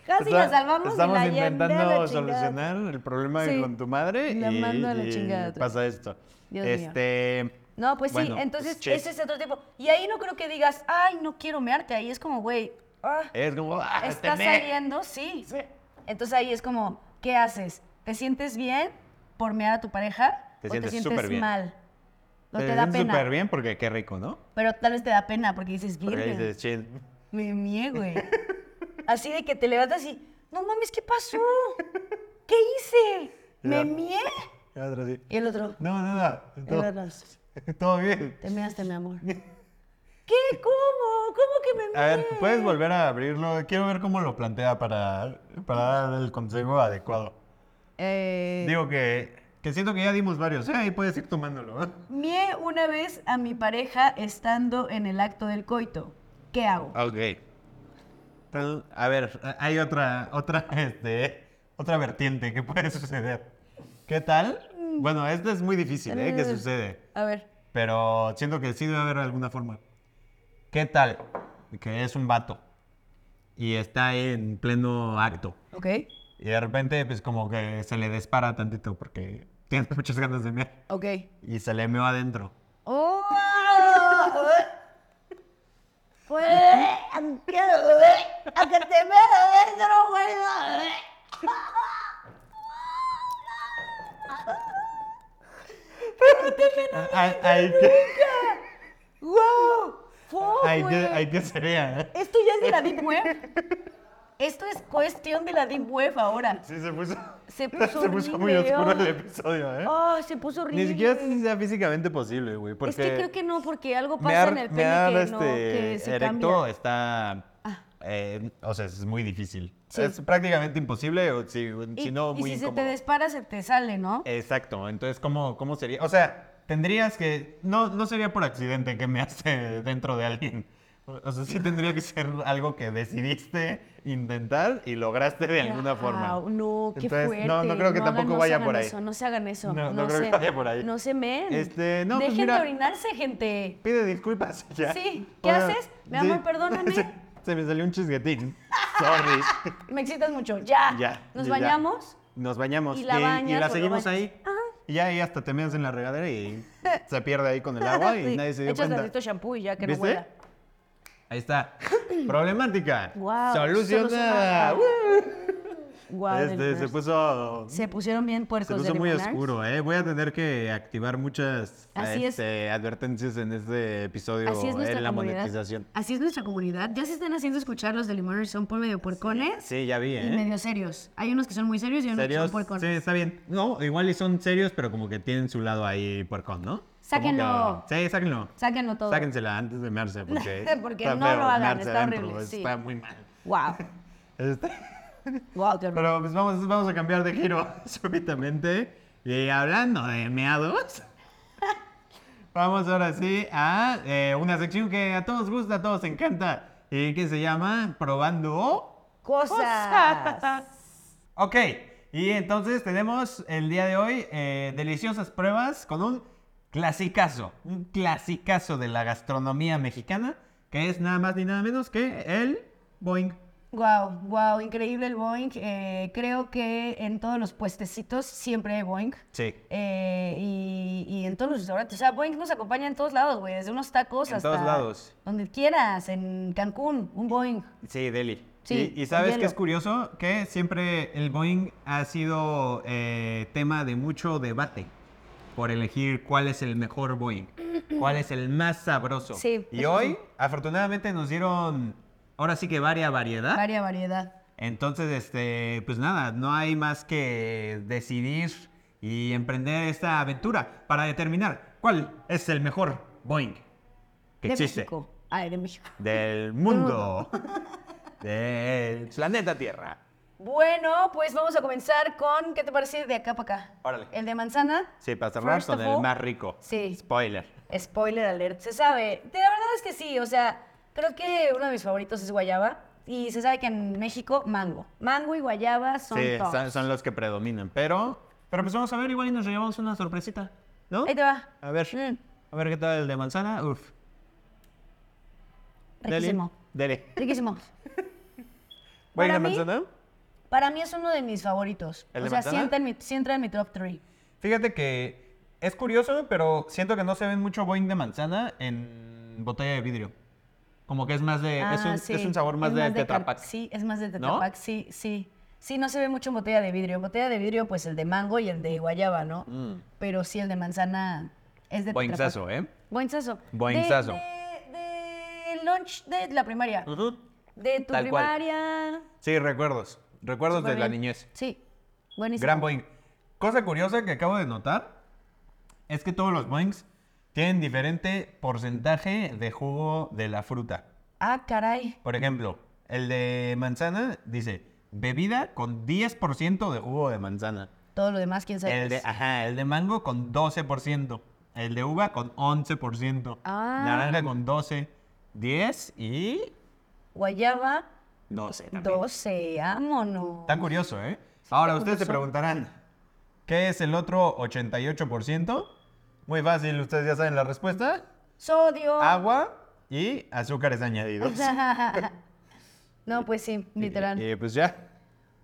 Casi está- la salvamos y Estamos la llevé a la intentando chingada. solucionar el problema Sí. con tu madre La y, mando a la y chingada otra pasa esto. Dios mío. este, No, pues Bueno, sí, entonces pues, ese es otro tipo. Y ahí no creo que digas, ay, no quiero mearte. Ahí es como, güey, ah, Es como... ¡ah, este estás me- saliendo, sí. Sí. Entonces ahí es como, ¿qué haces? ¿Te sientes bien por mear a tu pareja? Te ¿O sientes te sientes súper bien. mal? ¿O te, Te da sientes pena? súper bien porque qué rico, ¿no? Pero tal vez te da pena porque dices, Porque virgen, dices, chill. me mié, güey. Así de que te levantas y, no mames, ¿qué pasó? ¿Qué hice? ¿Me Ya. mié? Y otro sí. Y el otro, No, nada. el Todo, otro, todo bien. te measte, mi amor. ¿Qué? ¿Cómo? ¿Cómo que me mié? A ver, ¿puedes volver a abrirlo? Quiero ver cómo lo plantea para, para dar el consejo adecuado. Eh, Digo que, que siento que ya dimos varios. ¿eh? Ahí puedes ir tomándolo. ¿eh? mié una vez a mi pareja estando en el acto del coito. ¿Qué hago? Ok. Tan- A ver, a- hay otra, otra, este, otra vertiente que puede suceder. ¿Qué tal? Bueno, esta es muy difícil, ¿eh? Que sucede. A ver. Pero siento que sí debe haber alguna forma. ¿Qué tal? Que es un vato. Y está en pleno acto. Ok, Y de repente, pues como que se le dispara tantito porque tiene muchas ganas de mear. ok. Y se le meó adentro. ¡Oh! Pues, aunque, aunque te me adentro, güey. Ay, ay, ¿qué, ¡Wow! Fuck, ay, güey. qué- ay, ¿qué sería? eh? Esto ya es de la Deep Web. Esto es cuestión de la Deep Web ahora. Sí, se puso, Se puso se puso muy horrible, oscuro el ay. episodio, ¿eh? ¡Oh, se puso horrible! Ni siquiera si sea físicamente posible, güey. Porque Es que creo que no, porque algo pasa mear- en el pene mear, que, no, que este, se erecto cambia. Ah. está... eh, o sea, es muy difícil. Sí. Es prácticamente imposible, o si, si no, y muy si se incómodo. te dispara, se te sale, ¿no? Exacto, entonces, ¿cómo, cómo sería? O sea, tendrías que... No, no sería por accidente que me hace dentro de alguien. O sea, sí tendría que ser algo que decidiste intentar y lograste de alguna Wow, forma. No, qué Entonces, fuerte. No, no creo que hagan- tampoco no se vaya hagan por ahí. Eso, no se hagan eso. No, No, no creo que se- vaya por ahí. No se men. Este, no, pues Dejen mira. de orinarse, gente. Pide disculpas ya. Sí, ¿qué haces? Mi amor, perdóname. Se, se me salió un chisguetín. Sorry. Me excitas mucho. Ya. ya. Nos ya. bañamos. Nos bañamos. Y la bañas o lo seguimos bañas. Ah. ahí. Ajá. Y ya ahí hasta te meas en la regadera y se pierde ahí con el agua y Sí, nadie se dio Echas cuenta. tantito shampoo y ya que ¿Viste? no huela. Ahí está. Problemática. Wow, Solucionada. solucionada. Guau, del Este, se Bernardo. puso Se pusieron bien puercos Se de puso muy Lemonards. oscuro, ¿eh? Voy a tener que activar muchas Así es. este, advertencias en este episodio Así es nuestra en la comunidad. monetización. Así es nuestra comunidad. Ya se están haciendo escuchar los de Limoners son por medio puercones Sí, ya vi, y ¿eh? medio serios. Hay unos que son muy serios y hay unos que ¿Serios? son puercones. Sí, está bien. No, igual y son serios, pero como que tienen su lado ahí puercón, ¿no? Como Sáquenlo. que- Sí, sáquenlo. Sáquenlo todo. Sáquensela antes de mearse, porque... Porque está no lo hagan, mearse está adentro, horrible, sí. Está muy mal. Wow. Este- Wow, qué horror. Pero pues vamos, vamos a cambiar de giro súbitamente. Y hablando de meados, vamos ahora sí a eh, una sección que a todos gusta, a todos encanta. eh, Y que se llama Probando Cosas. Ok, Y entonces tenemos el día de hoy eh, deliciosas pruebas con un clasicazo, un clasicazo de la gastronomía mexicana, que es nada más ni nada menos que el Boeing. Wow, wow, increíble el Boeing. Eh, creo que en todos los puestecitos siempre hay Boeing. Sí. Eh, y, y en todos los restaurantes. O sea, Boeing nos acompaña en todos lados, güey. Desde unos tacos En hasta. todos lados. Donde quieras, en Cancún, un Boeing. Sí, Delhi. Sí, y, y sabes que hielo. es curioso que siempre el Boeing ha sido eh, tema de mucho debate por elegir cuál es el mejor Boeing, cuál es el más sabroso. Sí, Y eso hoy, sí. afortunadamente, nos dieron ahora sí que varia variedad. Varia variedad. Entonces, este, pues nada, no hay más que decidir y emprender esta aventura para determinar cuál es el mejor Boeing que de existe México. Ay, de México. del mundo, del planeta Tierra. Bueno, pues vamos a comenzar con, ¿qué te parece de acá para acá? Órale. El de manzana. Sí, para cerrar First con of el all- más rico. Sí. Spoiler. Spoiler alert, se sabe. De la verdad es que sí, o sea, creo que uno de mis favoritos es guayaba. Y se sabe que en México, mango. Mango y guayaba son sí, tops. son, son los que predominan, pero... Pero pues vamos a ver, igual y nos llevamos una sorpresita, ¿no? Ahí te va. A ver, Mm. a ver qué tal el de manzana. Uf. Deli, Riquísimo. Deli. Riquísimo. ¿Voy Para a mí- manzana? Para mí es uno de mis favoritos. ¿El o de sea, manzana? sí entra, en mi, sí entra en mi top 3. Fíjate que es curioso, pero siento que no se ven mucho Boeing de manzana en botella de vidrio. Como que Eh, es más de... Ah, es, un, es un sabor más de, Tetra Pak. Sí, es más de Tetra ¿No? Pak, sí, sí. Sí, no se ve mucho en botella de vidrio. En botella de vidrio, pues el de mango y el de guayaba, ¿no? Mm. Pero sí, el de manzana es de Tetra Pak. Boingsazo, ¿eh? Boingsazo. Boingsazo. De, de- de lunch de la primaria. De tu Mm, Tal cual. primaria. Sí, recuerdos. Recuerdos Súper de la bien. niñez. Sí, buenísimo. Gran Boeing. Cosa curiosa que acabo de notar es que todos los Boeings tienen diferente porcentaje de jugo de la fruta. Ah, caray. Por ejemplo, el de manzana dice bebida con 10% de jugo de manzana. Todo lo demás, quién sabe. El de, qué es. ajá, el de mango con 12%. El de uva con 11%. Ah. Naranja con 12. 10 y Guayaba, 12. también. 12. Vámonos. Tan curioso, ¿eh? Ahora, está ustedes se curioso. preguntarán, ¿qué es el otro 88%? Muy fácil, ustedes ya saben la respuesta. Sodio. Ah, Agua y azúcares añadidos. no, pues sí, literal. Y, y, pues ya.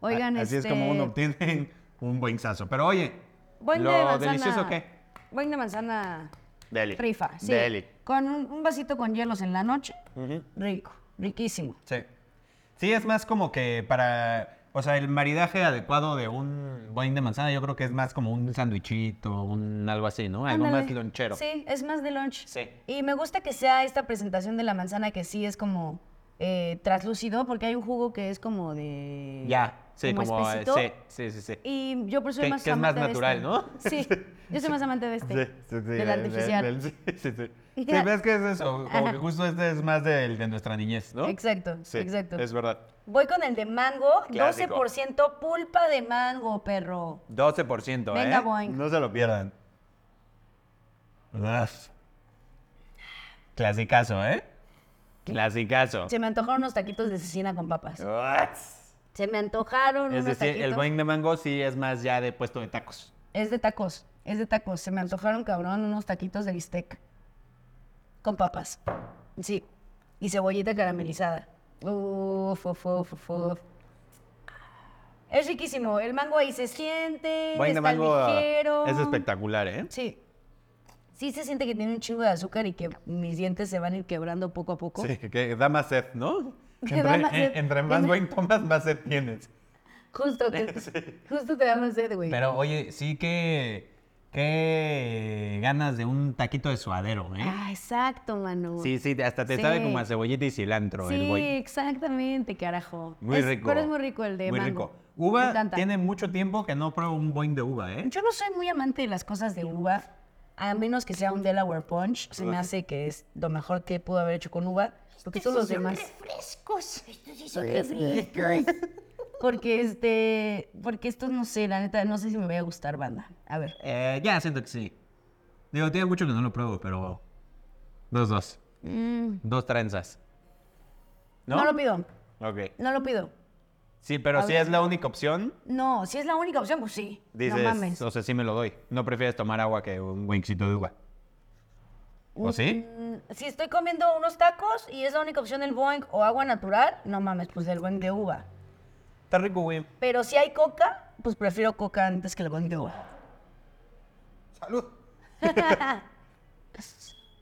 Oigan, A- Así es este, como uno obtiene un buen sazo. Pero oye, Boing lo de manzana. delicioso que... Boing de manzana Deli. rifa, sí. Deli. Con un, un vasito con hielos en la noche. Rico, riquísimo. Sí. Sí, es más como que para... O sea, el maridaje adecuado de un boing de manzana yo creo que es más como un sandwichito, un algo así, ¿no? Algo Ándale. más lonchero. Sí, es más de lunch. Sí. Y me gusta que sea esta presentación de la manzana que sí es como eh, traslúcido, porque hay un jugo que es como de. Ya, sí, como... eh, espesito. sí, sí, sí, sí. Y yo por eso soy Que- más que es más amante de natural, este. ¿no? Sí, yo soy más amante de este. del artificial. Sí, sí, sí. Sí, ves que es eso, como que justo este es más del de nuestra niñez, ¿no? Exacto, Sí, exacto. Es verdad. Voy con el de mango, Clásico. 12% pulpa de mango, perro. 12%, ¿eh? Venga, Boing. No se lo pierdan. Uf. Clasicazo, ¿eh? Clasicazo. Se me antojaron unos taquitos de cecina con papas. Uf. Se me antojaron Es unos decir, el taquitos. boing de mango sí es más ya de puesto de tacos. Es de tacos, es de tacos. Se me antojaron, cabrón, unos taquitos de bistec. Con papas. Sí. Y cebollita caramelizada. Uf, uf, uf, uf, uf. Es riquísimo. El mango ahí se siente. Boing está de mango ah, ligero. es espectacular, ¿eh? Sí. Sí se siente que tiene un chingo de azúcar y que mis dientes se van a ir quebrando poco a poco. Sí, que da más sed, ¿no? Que da más sed. entre más boing tomas, más sed tienes. Justo, te, justo te dan sed, güey. Pero oye, sí que qué ganas de un taquito de suadero, ¿eh? Ah, exacto, mano. Sí, sí, hasta te Sí. sabe como a cebollita y cilantro Sí, el boing. exactamente, carajo. Muy Es- rico. Pero es muy rico el de Muy mango. rico. Me Uva encanta. tiene mucho tiempo que no pruebo un boing de uva, ¿eh? Yo no soy muy amante de las cosas de uva, a menos que sea un Delaware Punch. Se me hace que es lo mejor que pudo haber hecho con uva, porque todos los demás. refrescos. Estos sí son refrescos. Porque este, porque estos no sé, la neta, no sé si me voy a gustar, banda. A ver. Eh, ya siento que sí. Digo, tiene mucho que no lo pruebo, pero dos dos, dos trenzas. Mm. ¿No? lo pido, Ok. no lo pido. Sí, pero A si ver. es la única opción, No, si es la única opción, pues sí. dices, no mames. o sea, sí me lo doy. No prefieres tomar agua que un wingsito de uva. ¿O sí? Mm, Si estoy comiendo unos tacos y es la única opción el Boeing o agua natural, no mames, pues el Boeing de uva. Está rico, güey. Pero si hay coca, pues prefiero coca antes que el Boeing de uva. Salud.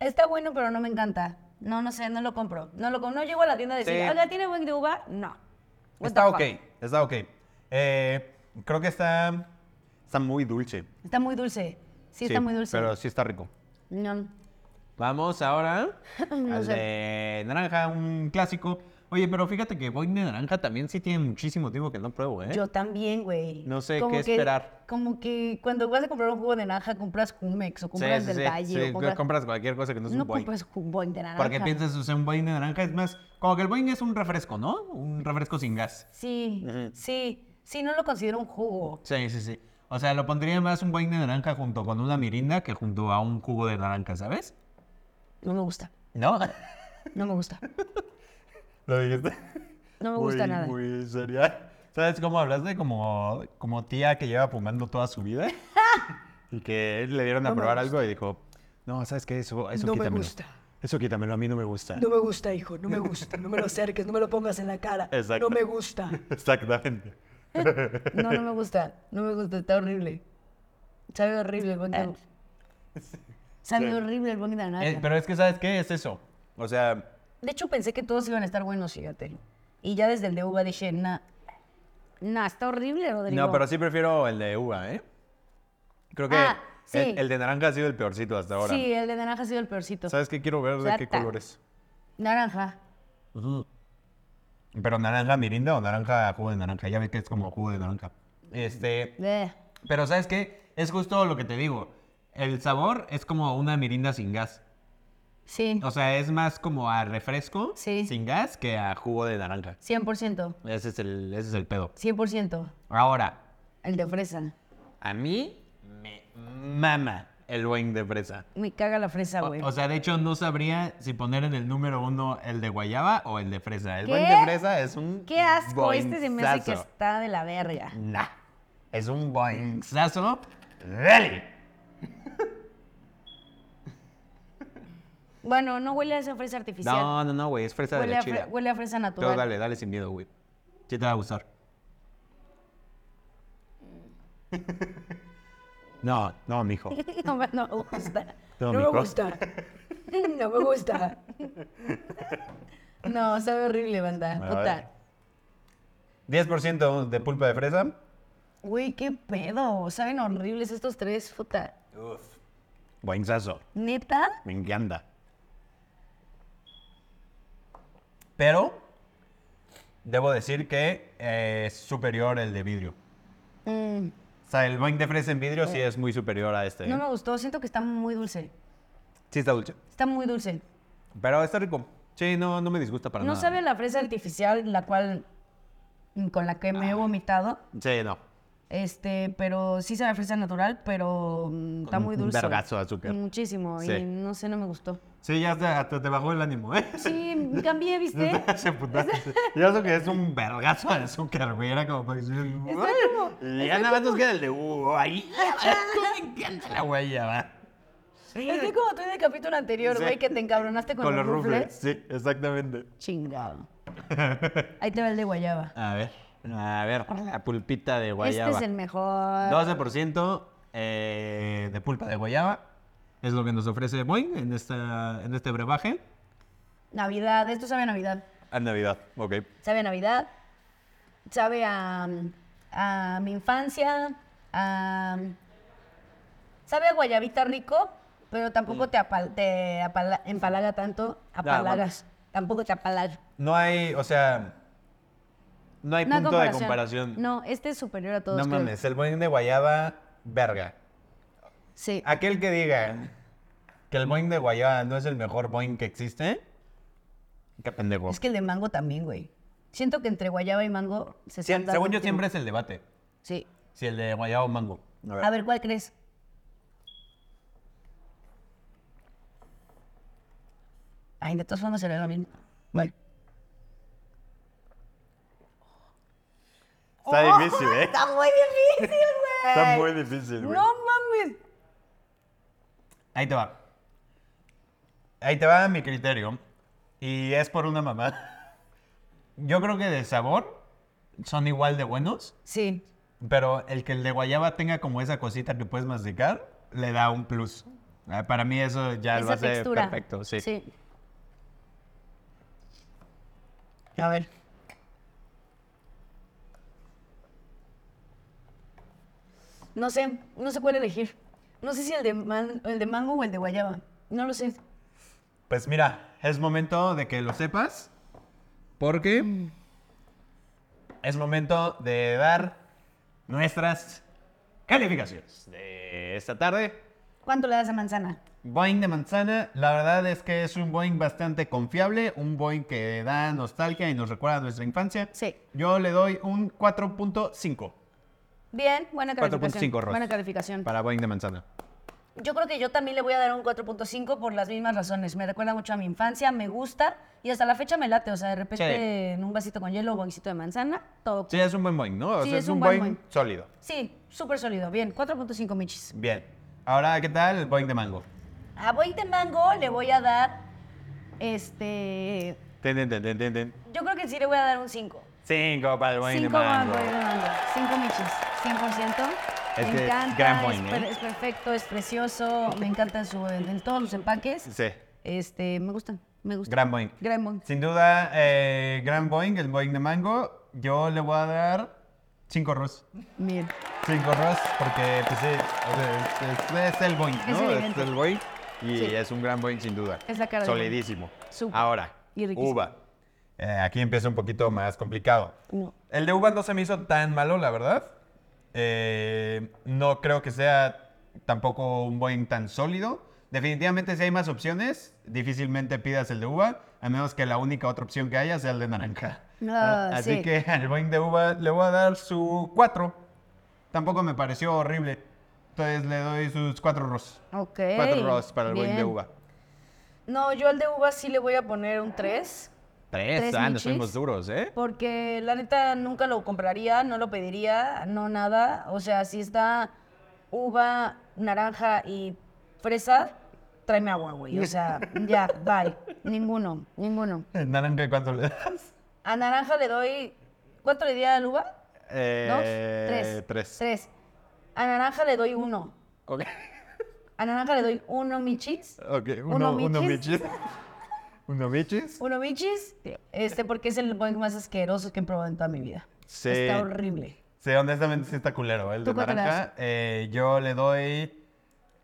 Está bueno, pero no me encanta. No, no sé, no lo compro. No lo com- No llego a la tienda a decir, Sí. oiga, ¿tiene Boeing de uva? No. What the Está fuck. ok, está ok. Eh, creo que está... Está muy dulce. Está muy dulce. Sí, está muy dulce. Pero sí está rico. No. Vamos ahora No al sé. de naranja, un clásico. Oye, pero fíjate que Boing de naranja también sí tiene muchísimo tiempo que no pruebo, ¿eh? Yo también, güey. No sé Como qué que- esperar. Como que cuando vas a comprar un jugo de naranja, compras Jumex o Sí, compras sí, del sí, Valle. o sí, compras... compras cualquier cosa que no es un no Boing. compras Boeing de naranja. Porque piensas usar un Boing de naranja, es más, como que el Boing es un refresco, ¿no? Un refresco sin gas. Sí, sí. Sí, no lo considero un jugo. Sí, sí, sí. O sea, lo pondría más un Boing de naranja junto con una mirinda que junto a un jugo de naranja, ¿sabes? No me gusta. ¿No? No me gusta. ¿Lo dijiste? No me gusta nada. Muy seria. ¿Sabes cómo hablaste? Como, como tía que lleva fumando toda su vida. y que le dieron a probar algo y dijo, no, ¿sabes qué? Eso, eso No me quítamelo. gusta. Eso quítamelo, a mí no me gusta. No me gusta, hijo, no me gusta. No me lo acerques, no me lo pongas en la cara. Exacto. No me gusta. Exactamente. No, no me gusta. No me gusta. Está horrible. Sabe horrible el Boeing de Sabe horrible el Boeing de naranja. Eh, pero es que, ¿sabes qué? Es eso. O sea, De hecho, pensé que todos iban a estar buenos, fíjate. Y ya desde el de uva dije, nah. Nah, está horrible, Rodrigo. no, pero sí prefiero el de uva, ¿eh? Creo que Ah, sí. el, el de naranja ha sido el peorcito hasta ahora. Sí, el de naranja ha sido el peorcito. ¿Sabes qué? Quiero ver de qué Trata. colores. Naranja. Pero naranja mirinda o naranja jugo de naranja. Ya ves que es como jugo de naranja. Este... Bleh. Pero ¿sabes qué? Es justo lo que te digo. El sabor es como una mirinda sin gas. Sí, O sea, es más como a refresco Sí. sin gas que a jugo de naranja. 100%. Ese es el, ese es el pedo. 100%. Ahora, El de fresa. a mí me mama el wine de fresa. Me caga la fresa, O, güey. o sea, de hecho, no sabría si poner en el número uno el de guayaba o el de fresa. El wine ¿Qué? de fresa es un Qué asco. Este se me hace que boinzazo. está de la verga. Nah, es un boinzazo. Dale. Bueno, no huele a esa fresa artificial. No, no, no, güey, es fresa de huele, la a fre- chida. huele a fresa Todo, natural. dale, dale sin miedo, güey. Sí te va a gustar. No, no, mijo. no, me- no me gusta. No, me gusta. No me gusta. No, sabe horrible, banda. Bueno, a ver. Puta. 10% de pulpa de fresa. Güey, qué pedo. Saben horribles estos tres, puta. Buenzazo. ¿Neta? Me encanta. Pero, debo decir que eh, es superior el de vidrio. Mm, O sea, el wine de fresa en vidrio sí es muy superior a este. ¿eh? No me gustó. Siento que está muy dulce. Sí está dulce. Está muy dulce. Pero está rico. Sí, no, no me disgusta para no nada. sabe a la fresa artificial, la cual. mm, con la que Ah. me he vomitado. Sí, no. Este, pero sí sabe a fresa natural, pero mm, está Con muy un dulce. vergazo de azúcar. Muchísimo. Sí. Y no sé, no me gustó. Sí, ya hasta, hasta te bajó el ánimo, ¿eh? Sí, cambié, ¿viste? Se putaste. Ya eso que es un vergazo de azúcar, güey. Era como para que se- Y ya nada más nos queda el de. Uh, ahí. Me encanta la huella, va. Estoy como tú en el capítulo anterior, Sí. güey, que te encabronaste con, Con los rufles. rufles. Sí, exactamente. Chingado. Ahí te va el de guayaba. A ver, a ver. La pulpita de guayaba. Este es el mejor. 12% eh, de pulpa de guayaba. Es lo que nos ofrece Boeing en, esta, en este brebaje. Navidad, esto sabe a Navidad. A Navidad, ok. Sabe a Navidad, sabe a, a mi infancia, a, sabe a guayabita rico, pero tampoco te, apal- te apala- empalaga tanto, bueno. apalagas. Tampoco te apalaga. No hay, o sea. No hay No hay punto de comparación. No, este es superior a todos. No creo. mames, el boing de guayaba, verga. Sí. Aquel que diga que el boing de guayaba no es el mejor boing que existe, qué pendejo. Es que el de mango también, güey. Siento que entre guayaba y mango se Sie- sienta según yo último. siempre es el debate, Sí. si el de guayaba o mango. A ver, ¿cuál crees? Ay, de todas formas será lo mismo. Bueno. Está oh, difícil, ¿eh? Está muy difícil, güey. Está muy difícil, güey. No mames. Ahí te va. Ahí te va mi criterio. Y es por una mamá. Yo creo que de sabor son igual de buenos, Sí. pero el que el de guayaba tenga como esa cosita que puedes masticar, le da un plus. Ah, Para mí eso ya lo Esa hace textura. perfecto, sí. Sí. A ver. No sé, no sé cuál elegir. No sé si el de, man- el de mango o el de guayaba. No lo sé. Pues mira, es momento de que lo sepas, Mm. porque es momento de dar nuestras calificaciones de esta tarde. ¿Cuánto le das a manzana? Boeing de manzana, la verdad es que es un Boeing bastante confiable, un Boeing que da nostalgia y nos recuerda a nuestra infancia. Sí. Yo le doy un 4.5 Bien, buena calificación. 4.5 Ross. Buena calificación. para Boeing de manzana. Yo creo que yo también le voy a dar un 4.5 por las mismas razones. Me recuerda mucho a mi infancia, me gusta y hasta la fecha me late. O sea, de repente Sí. en un vasito con hielo, un boincito de manzana, todo. Sí, es un buen Boeing, ¿no? O Sí, sea, es un buen Boeing. sólido. Sí, súper sólido. Bien, 4.5 michis. Bien. Ahora, ¿qué tal el Boeing de mango? A Boy de Mango le voy a dar, este, Ten, ten, ten, ten, ten, ten. yo creo que sí le voy a dar un 5. Cinco para el Boeing de 5 mango. Boy de Mango, 5 michis, 100%. Es que me es encanta, gran Boing, es, per- ¿eh? es perfecto, es precioso, me encantan su, en, en todos sus empaques. Sí. Este, me gustan, me gustan. Gran Boeing. Gran Boing. Sin duda, eh, gran Boeing, el Boeing de mango. Yo le voy a dar 5 Ross. Bien. 5 Ross, porque pues, sí, o sea, es, es- es el Boeing, Es ¿no? evidente. el Boeing. Y es un gran Boeing sin duda. Es la cara de Boeing. Solidísimo. Súper. Ahora, Y riquísimo. uva. Eh, aquí empieza un poquito más complicado. No. El de uvas no se me hizo tan malo, la verdad. Eh, no creo que sea tampoco un Boeing tan sólido. Definitivamente, si hay más opciones, difícilmente pidas el de uva, a menos que la única otra opción que haya sea el de naranja. Ah, A- Así sí. que al Boeing de uva le voy a dar su 4. Tampoco me pareció horrible. Entonces le doy sus 4 ros. Ok. 4 Ross para el Boeing de bien. uva. No, yo al de uva sí le voy a poner un 3. Tres, Tres ah, nos michis. fuimos duros, ¿eh? Porque la neta nunca lo compraría, no lo pediría, no nada. O sea, si está uva, naranja y fresa, tráeme agua, güey. O sea, ya, bye. Ninguno, ninguno. Naranja, ¿cuánto le das? A naranja le doy. ¿Cuánto le di al uva? ¿Dos? Eh, tres. Tres. A naranja le doy uno. Ok. A naranja le doy uno michis. Ok, Uno uno, uno michis. michis. uno michis. Uno michis. Este, porque es el boing más asqueroso que he probado en toda mi vida. Sí. Está horrible. Sí, honestamente sí está culero. El de ¿Tú cuánto le naranja, eh, yo le doy.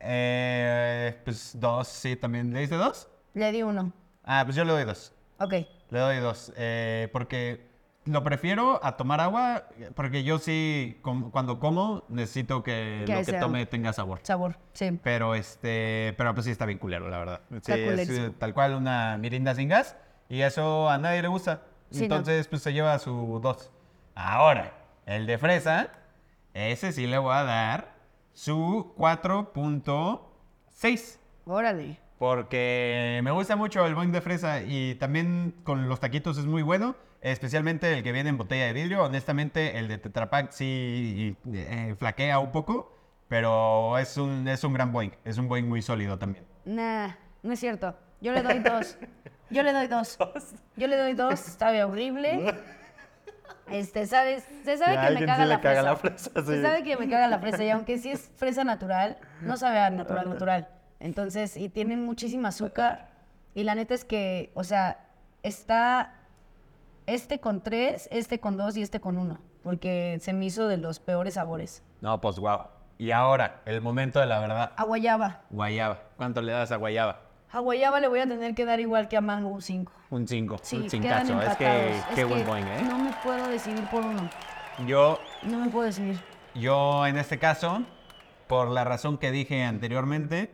eh, pues dos, sí, también. ¿Le diste dos? Le di uno. Ah, pues yo le doy dos. Ok. Le doy dos. eh, porque lo prefiero a tomar agua, porque yo sí, com- cuando como, necesito que Que lo que sea- tome tenga sabor. Sabor, sí. Pero este, pero pues sí está bien culero, la verdad. Sí, Está es culerísimo. eh, tal cual una mirinda sin gas y eso a nadie le gusta. Sí, no. Entonces, pues se lleva su dos. Ahora, el de fresa, ese sí le voy a dar su 4.6. Órale. Porque me gusta mucho el boing de fresa y también con los taquitos es muy bueno, especialmente el que viene en botella de vidrio. Honestamente, el de Tetra Pak sí eh, flaquea un poco, pero es un, es un gran boing, es un boing muy sólido también. Nah, no es cierto. Yo le doy dos. Yo le doy dos. Yo le doy dos. Sabe horrible. Este, ¿sabes? Se sabe Ya, que me alguien caga, sí le la, caga fresa. la fresa, Se sí. sabe que me caga la fresa. Y aunque sí es fresa natural, no sabe a natural, natural. Entonces, y tiene muchísima azúcar. Y la neta es que, o sea, está este con tres, este con dos y este con uno. Porque se me hizo de los peores sabores. No, pues guau. Y ahora, el momento de la verdad. A guayaba. Guayaba. ¿Cuánto le das a guayaba? A guayaba le voy a tener que dar igual que a mango un 5. Un 5. Sí, un quedan cincazo. Es que empatados. qué Es buen que Boeing, ¿eh? No me puedo decidir por uno. Yo No me puedo decidir. Yo en este caso, por la razón que dije anteriormente,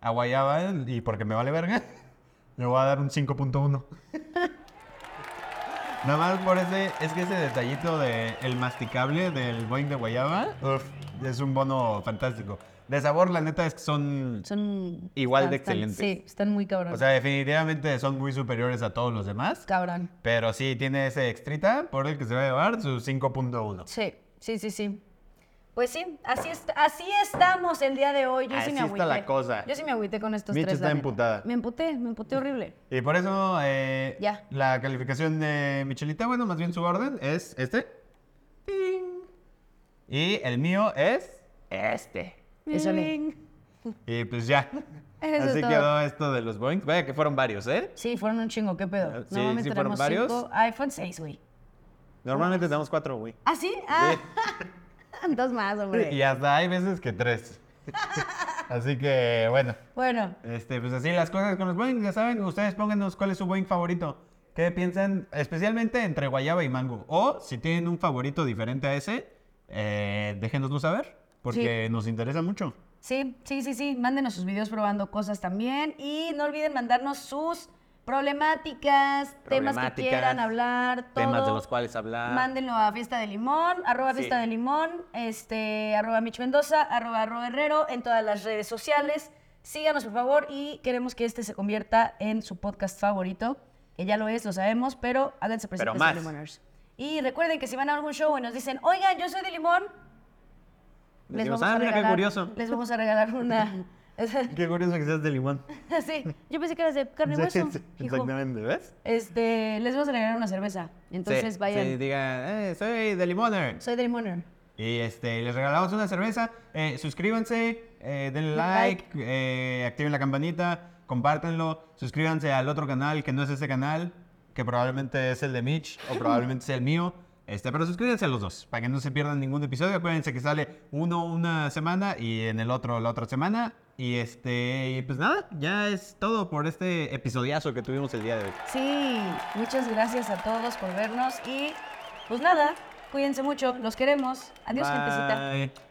a Guayaba y porque me vale verga, le voy a dar un 5.1. Nada más por ese, es que ese detallito de el masticable del Boeing de Guayaba, uf, es un bono fantástico. De sabor, la neta es que son, Son. Igual de están- están- excelentes. sí, están muy cabrón. o sea, definitivamente son muy superiores a todos los demás. cabrón. Pero sí, tiene ese extrita por el que se va a llevar su 5.1. Sí, sí, sí, sí. Pues sí, así, est- así estamos el día de hoy. Yo Así sí me está agüité. la cosa. Yo sí me agüité con estos Mitch tres. está la neta. emputada. Me emputé, me emputé horrible. Y por eso, eh, Ya. la calificación de Michelita, bueno, más bien su orden es este. Ting. Y el mío es este. Eso le. Y pues ya. Eso es Así todo. quedó esto de los Boeing. Vaya que fueron varios, ¿eh? Sí, fueron un chingo, qué pedo. Sí, Normalmente sí fueron tenemos varios. cinco iPhone 6, güey. Normalmente tenemos cuatro, güey. ¿Ah, sí? Ah, dos más, hombre. Y hasta hay veces que tres. Así que, bueno. Bueno, Este, pues así las cosas con los Boeing. Ya saben, ustedes pónganos cuál es su Boeing favorito. ¿Qué piensan? Especialmente entre guayaba y mango. O si tienen un favorito diferente a ese, eh, déjenoslo saber. Porque nos interesa mucho. sí, sí, sí, sí. Mándenos sus videos probando cosas también. Y no olviden mandarnos sus problemáticas, temas que Problemáticas, quieran hablar, todo. Temas de los cuales hablar. Mándenlo a Fiesta de Limón, arroba Sí. Fiesta de Limón, este, arroba Mich Mendoza, arroba Ro Herrero, en todas las redes sociales. Síganos, por favor, y queremos que este se convierta en su podcast favorito, que ya lo es, lo sabemos, pero háganse presentes más. de Limoners. Y recuerden que si van a algún show y nos dicen, oigan, yo soy de Limón, les Decimos, vamos "Ah, a mira qué regalar, curioso". les vamos a regalar una... Qué curioso que seas de limón. sí, yo pensé que eras de carne y hueso, hijo. Exactamente, ¿ves? Este, les vamos a regalar una cerveza, entonces sí, vayan. sí, digan, "Eh, soy de Limoner. Soy de Limoner. Y este, les regalamos una cerveza. Eh, suscríbanse, eh, denle like, Like. eh, activen la campanita, compártanlo, suscríbanse al otro canal que no es este canal, que probablemente es el de Mitch o probablemente sea el mío. Este, pero suscríbanse a los dos, para que no se pierdan ningún episodio. Acuérdense que sale uno una semana y en el otro la otra semana. Y este, y pues nada, ya es todo por este episodiazo que tuvimos el día de hoy. Sí, muchas gracias a todos por vernos y pues nada, cuídense mucho, los queremos. Adiós, gentecita. Bye.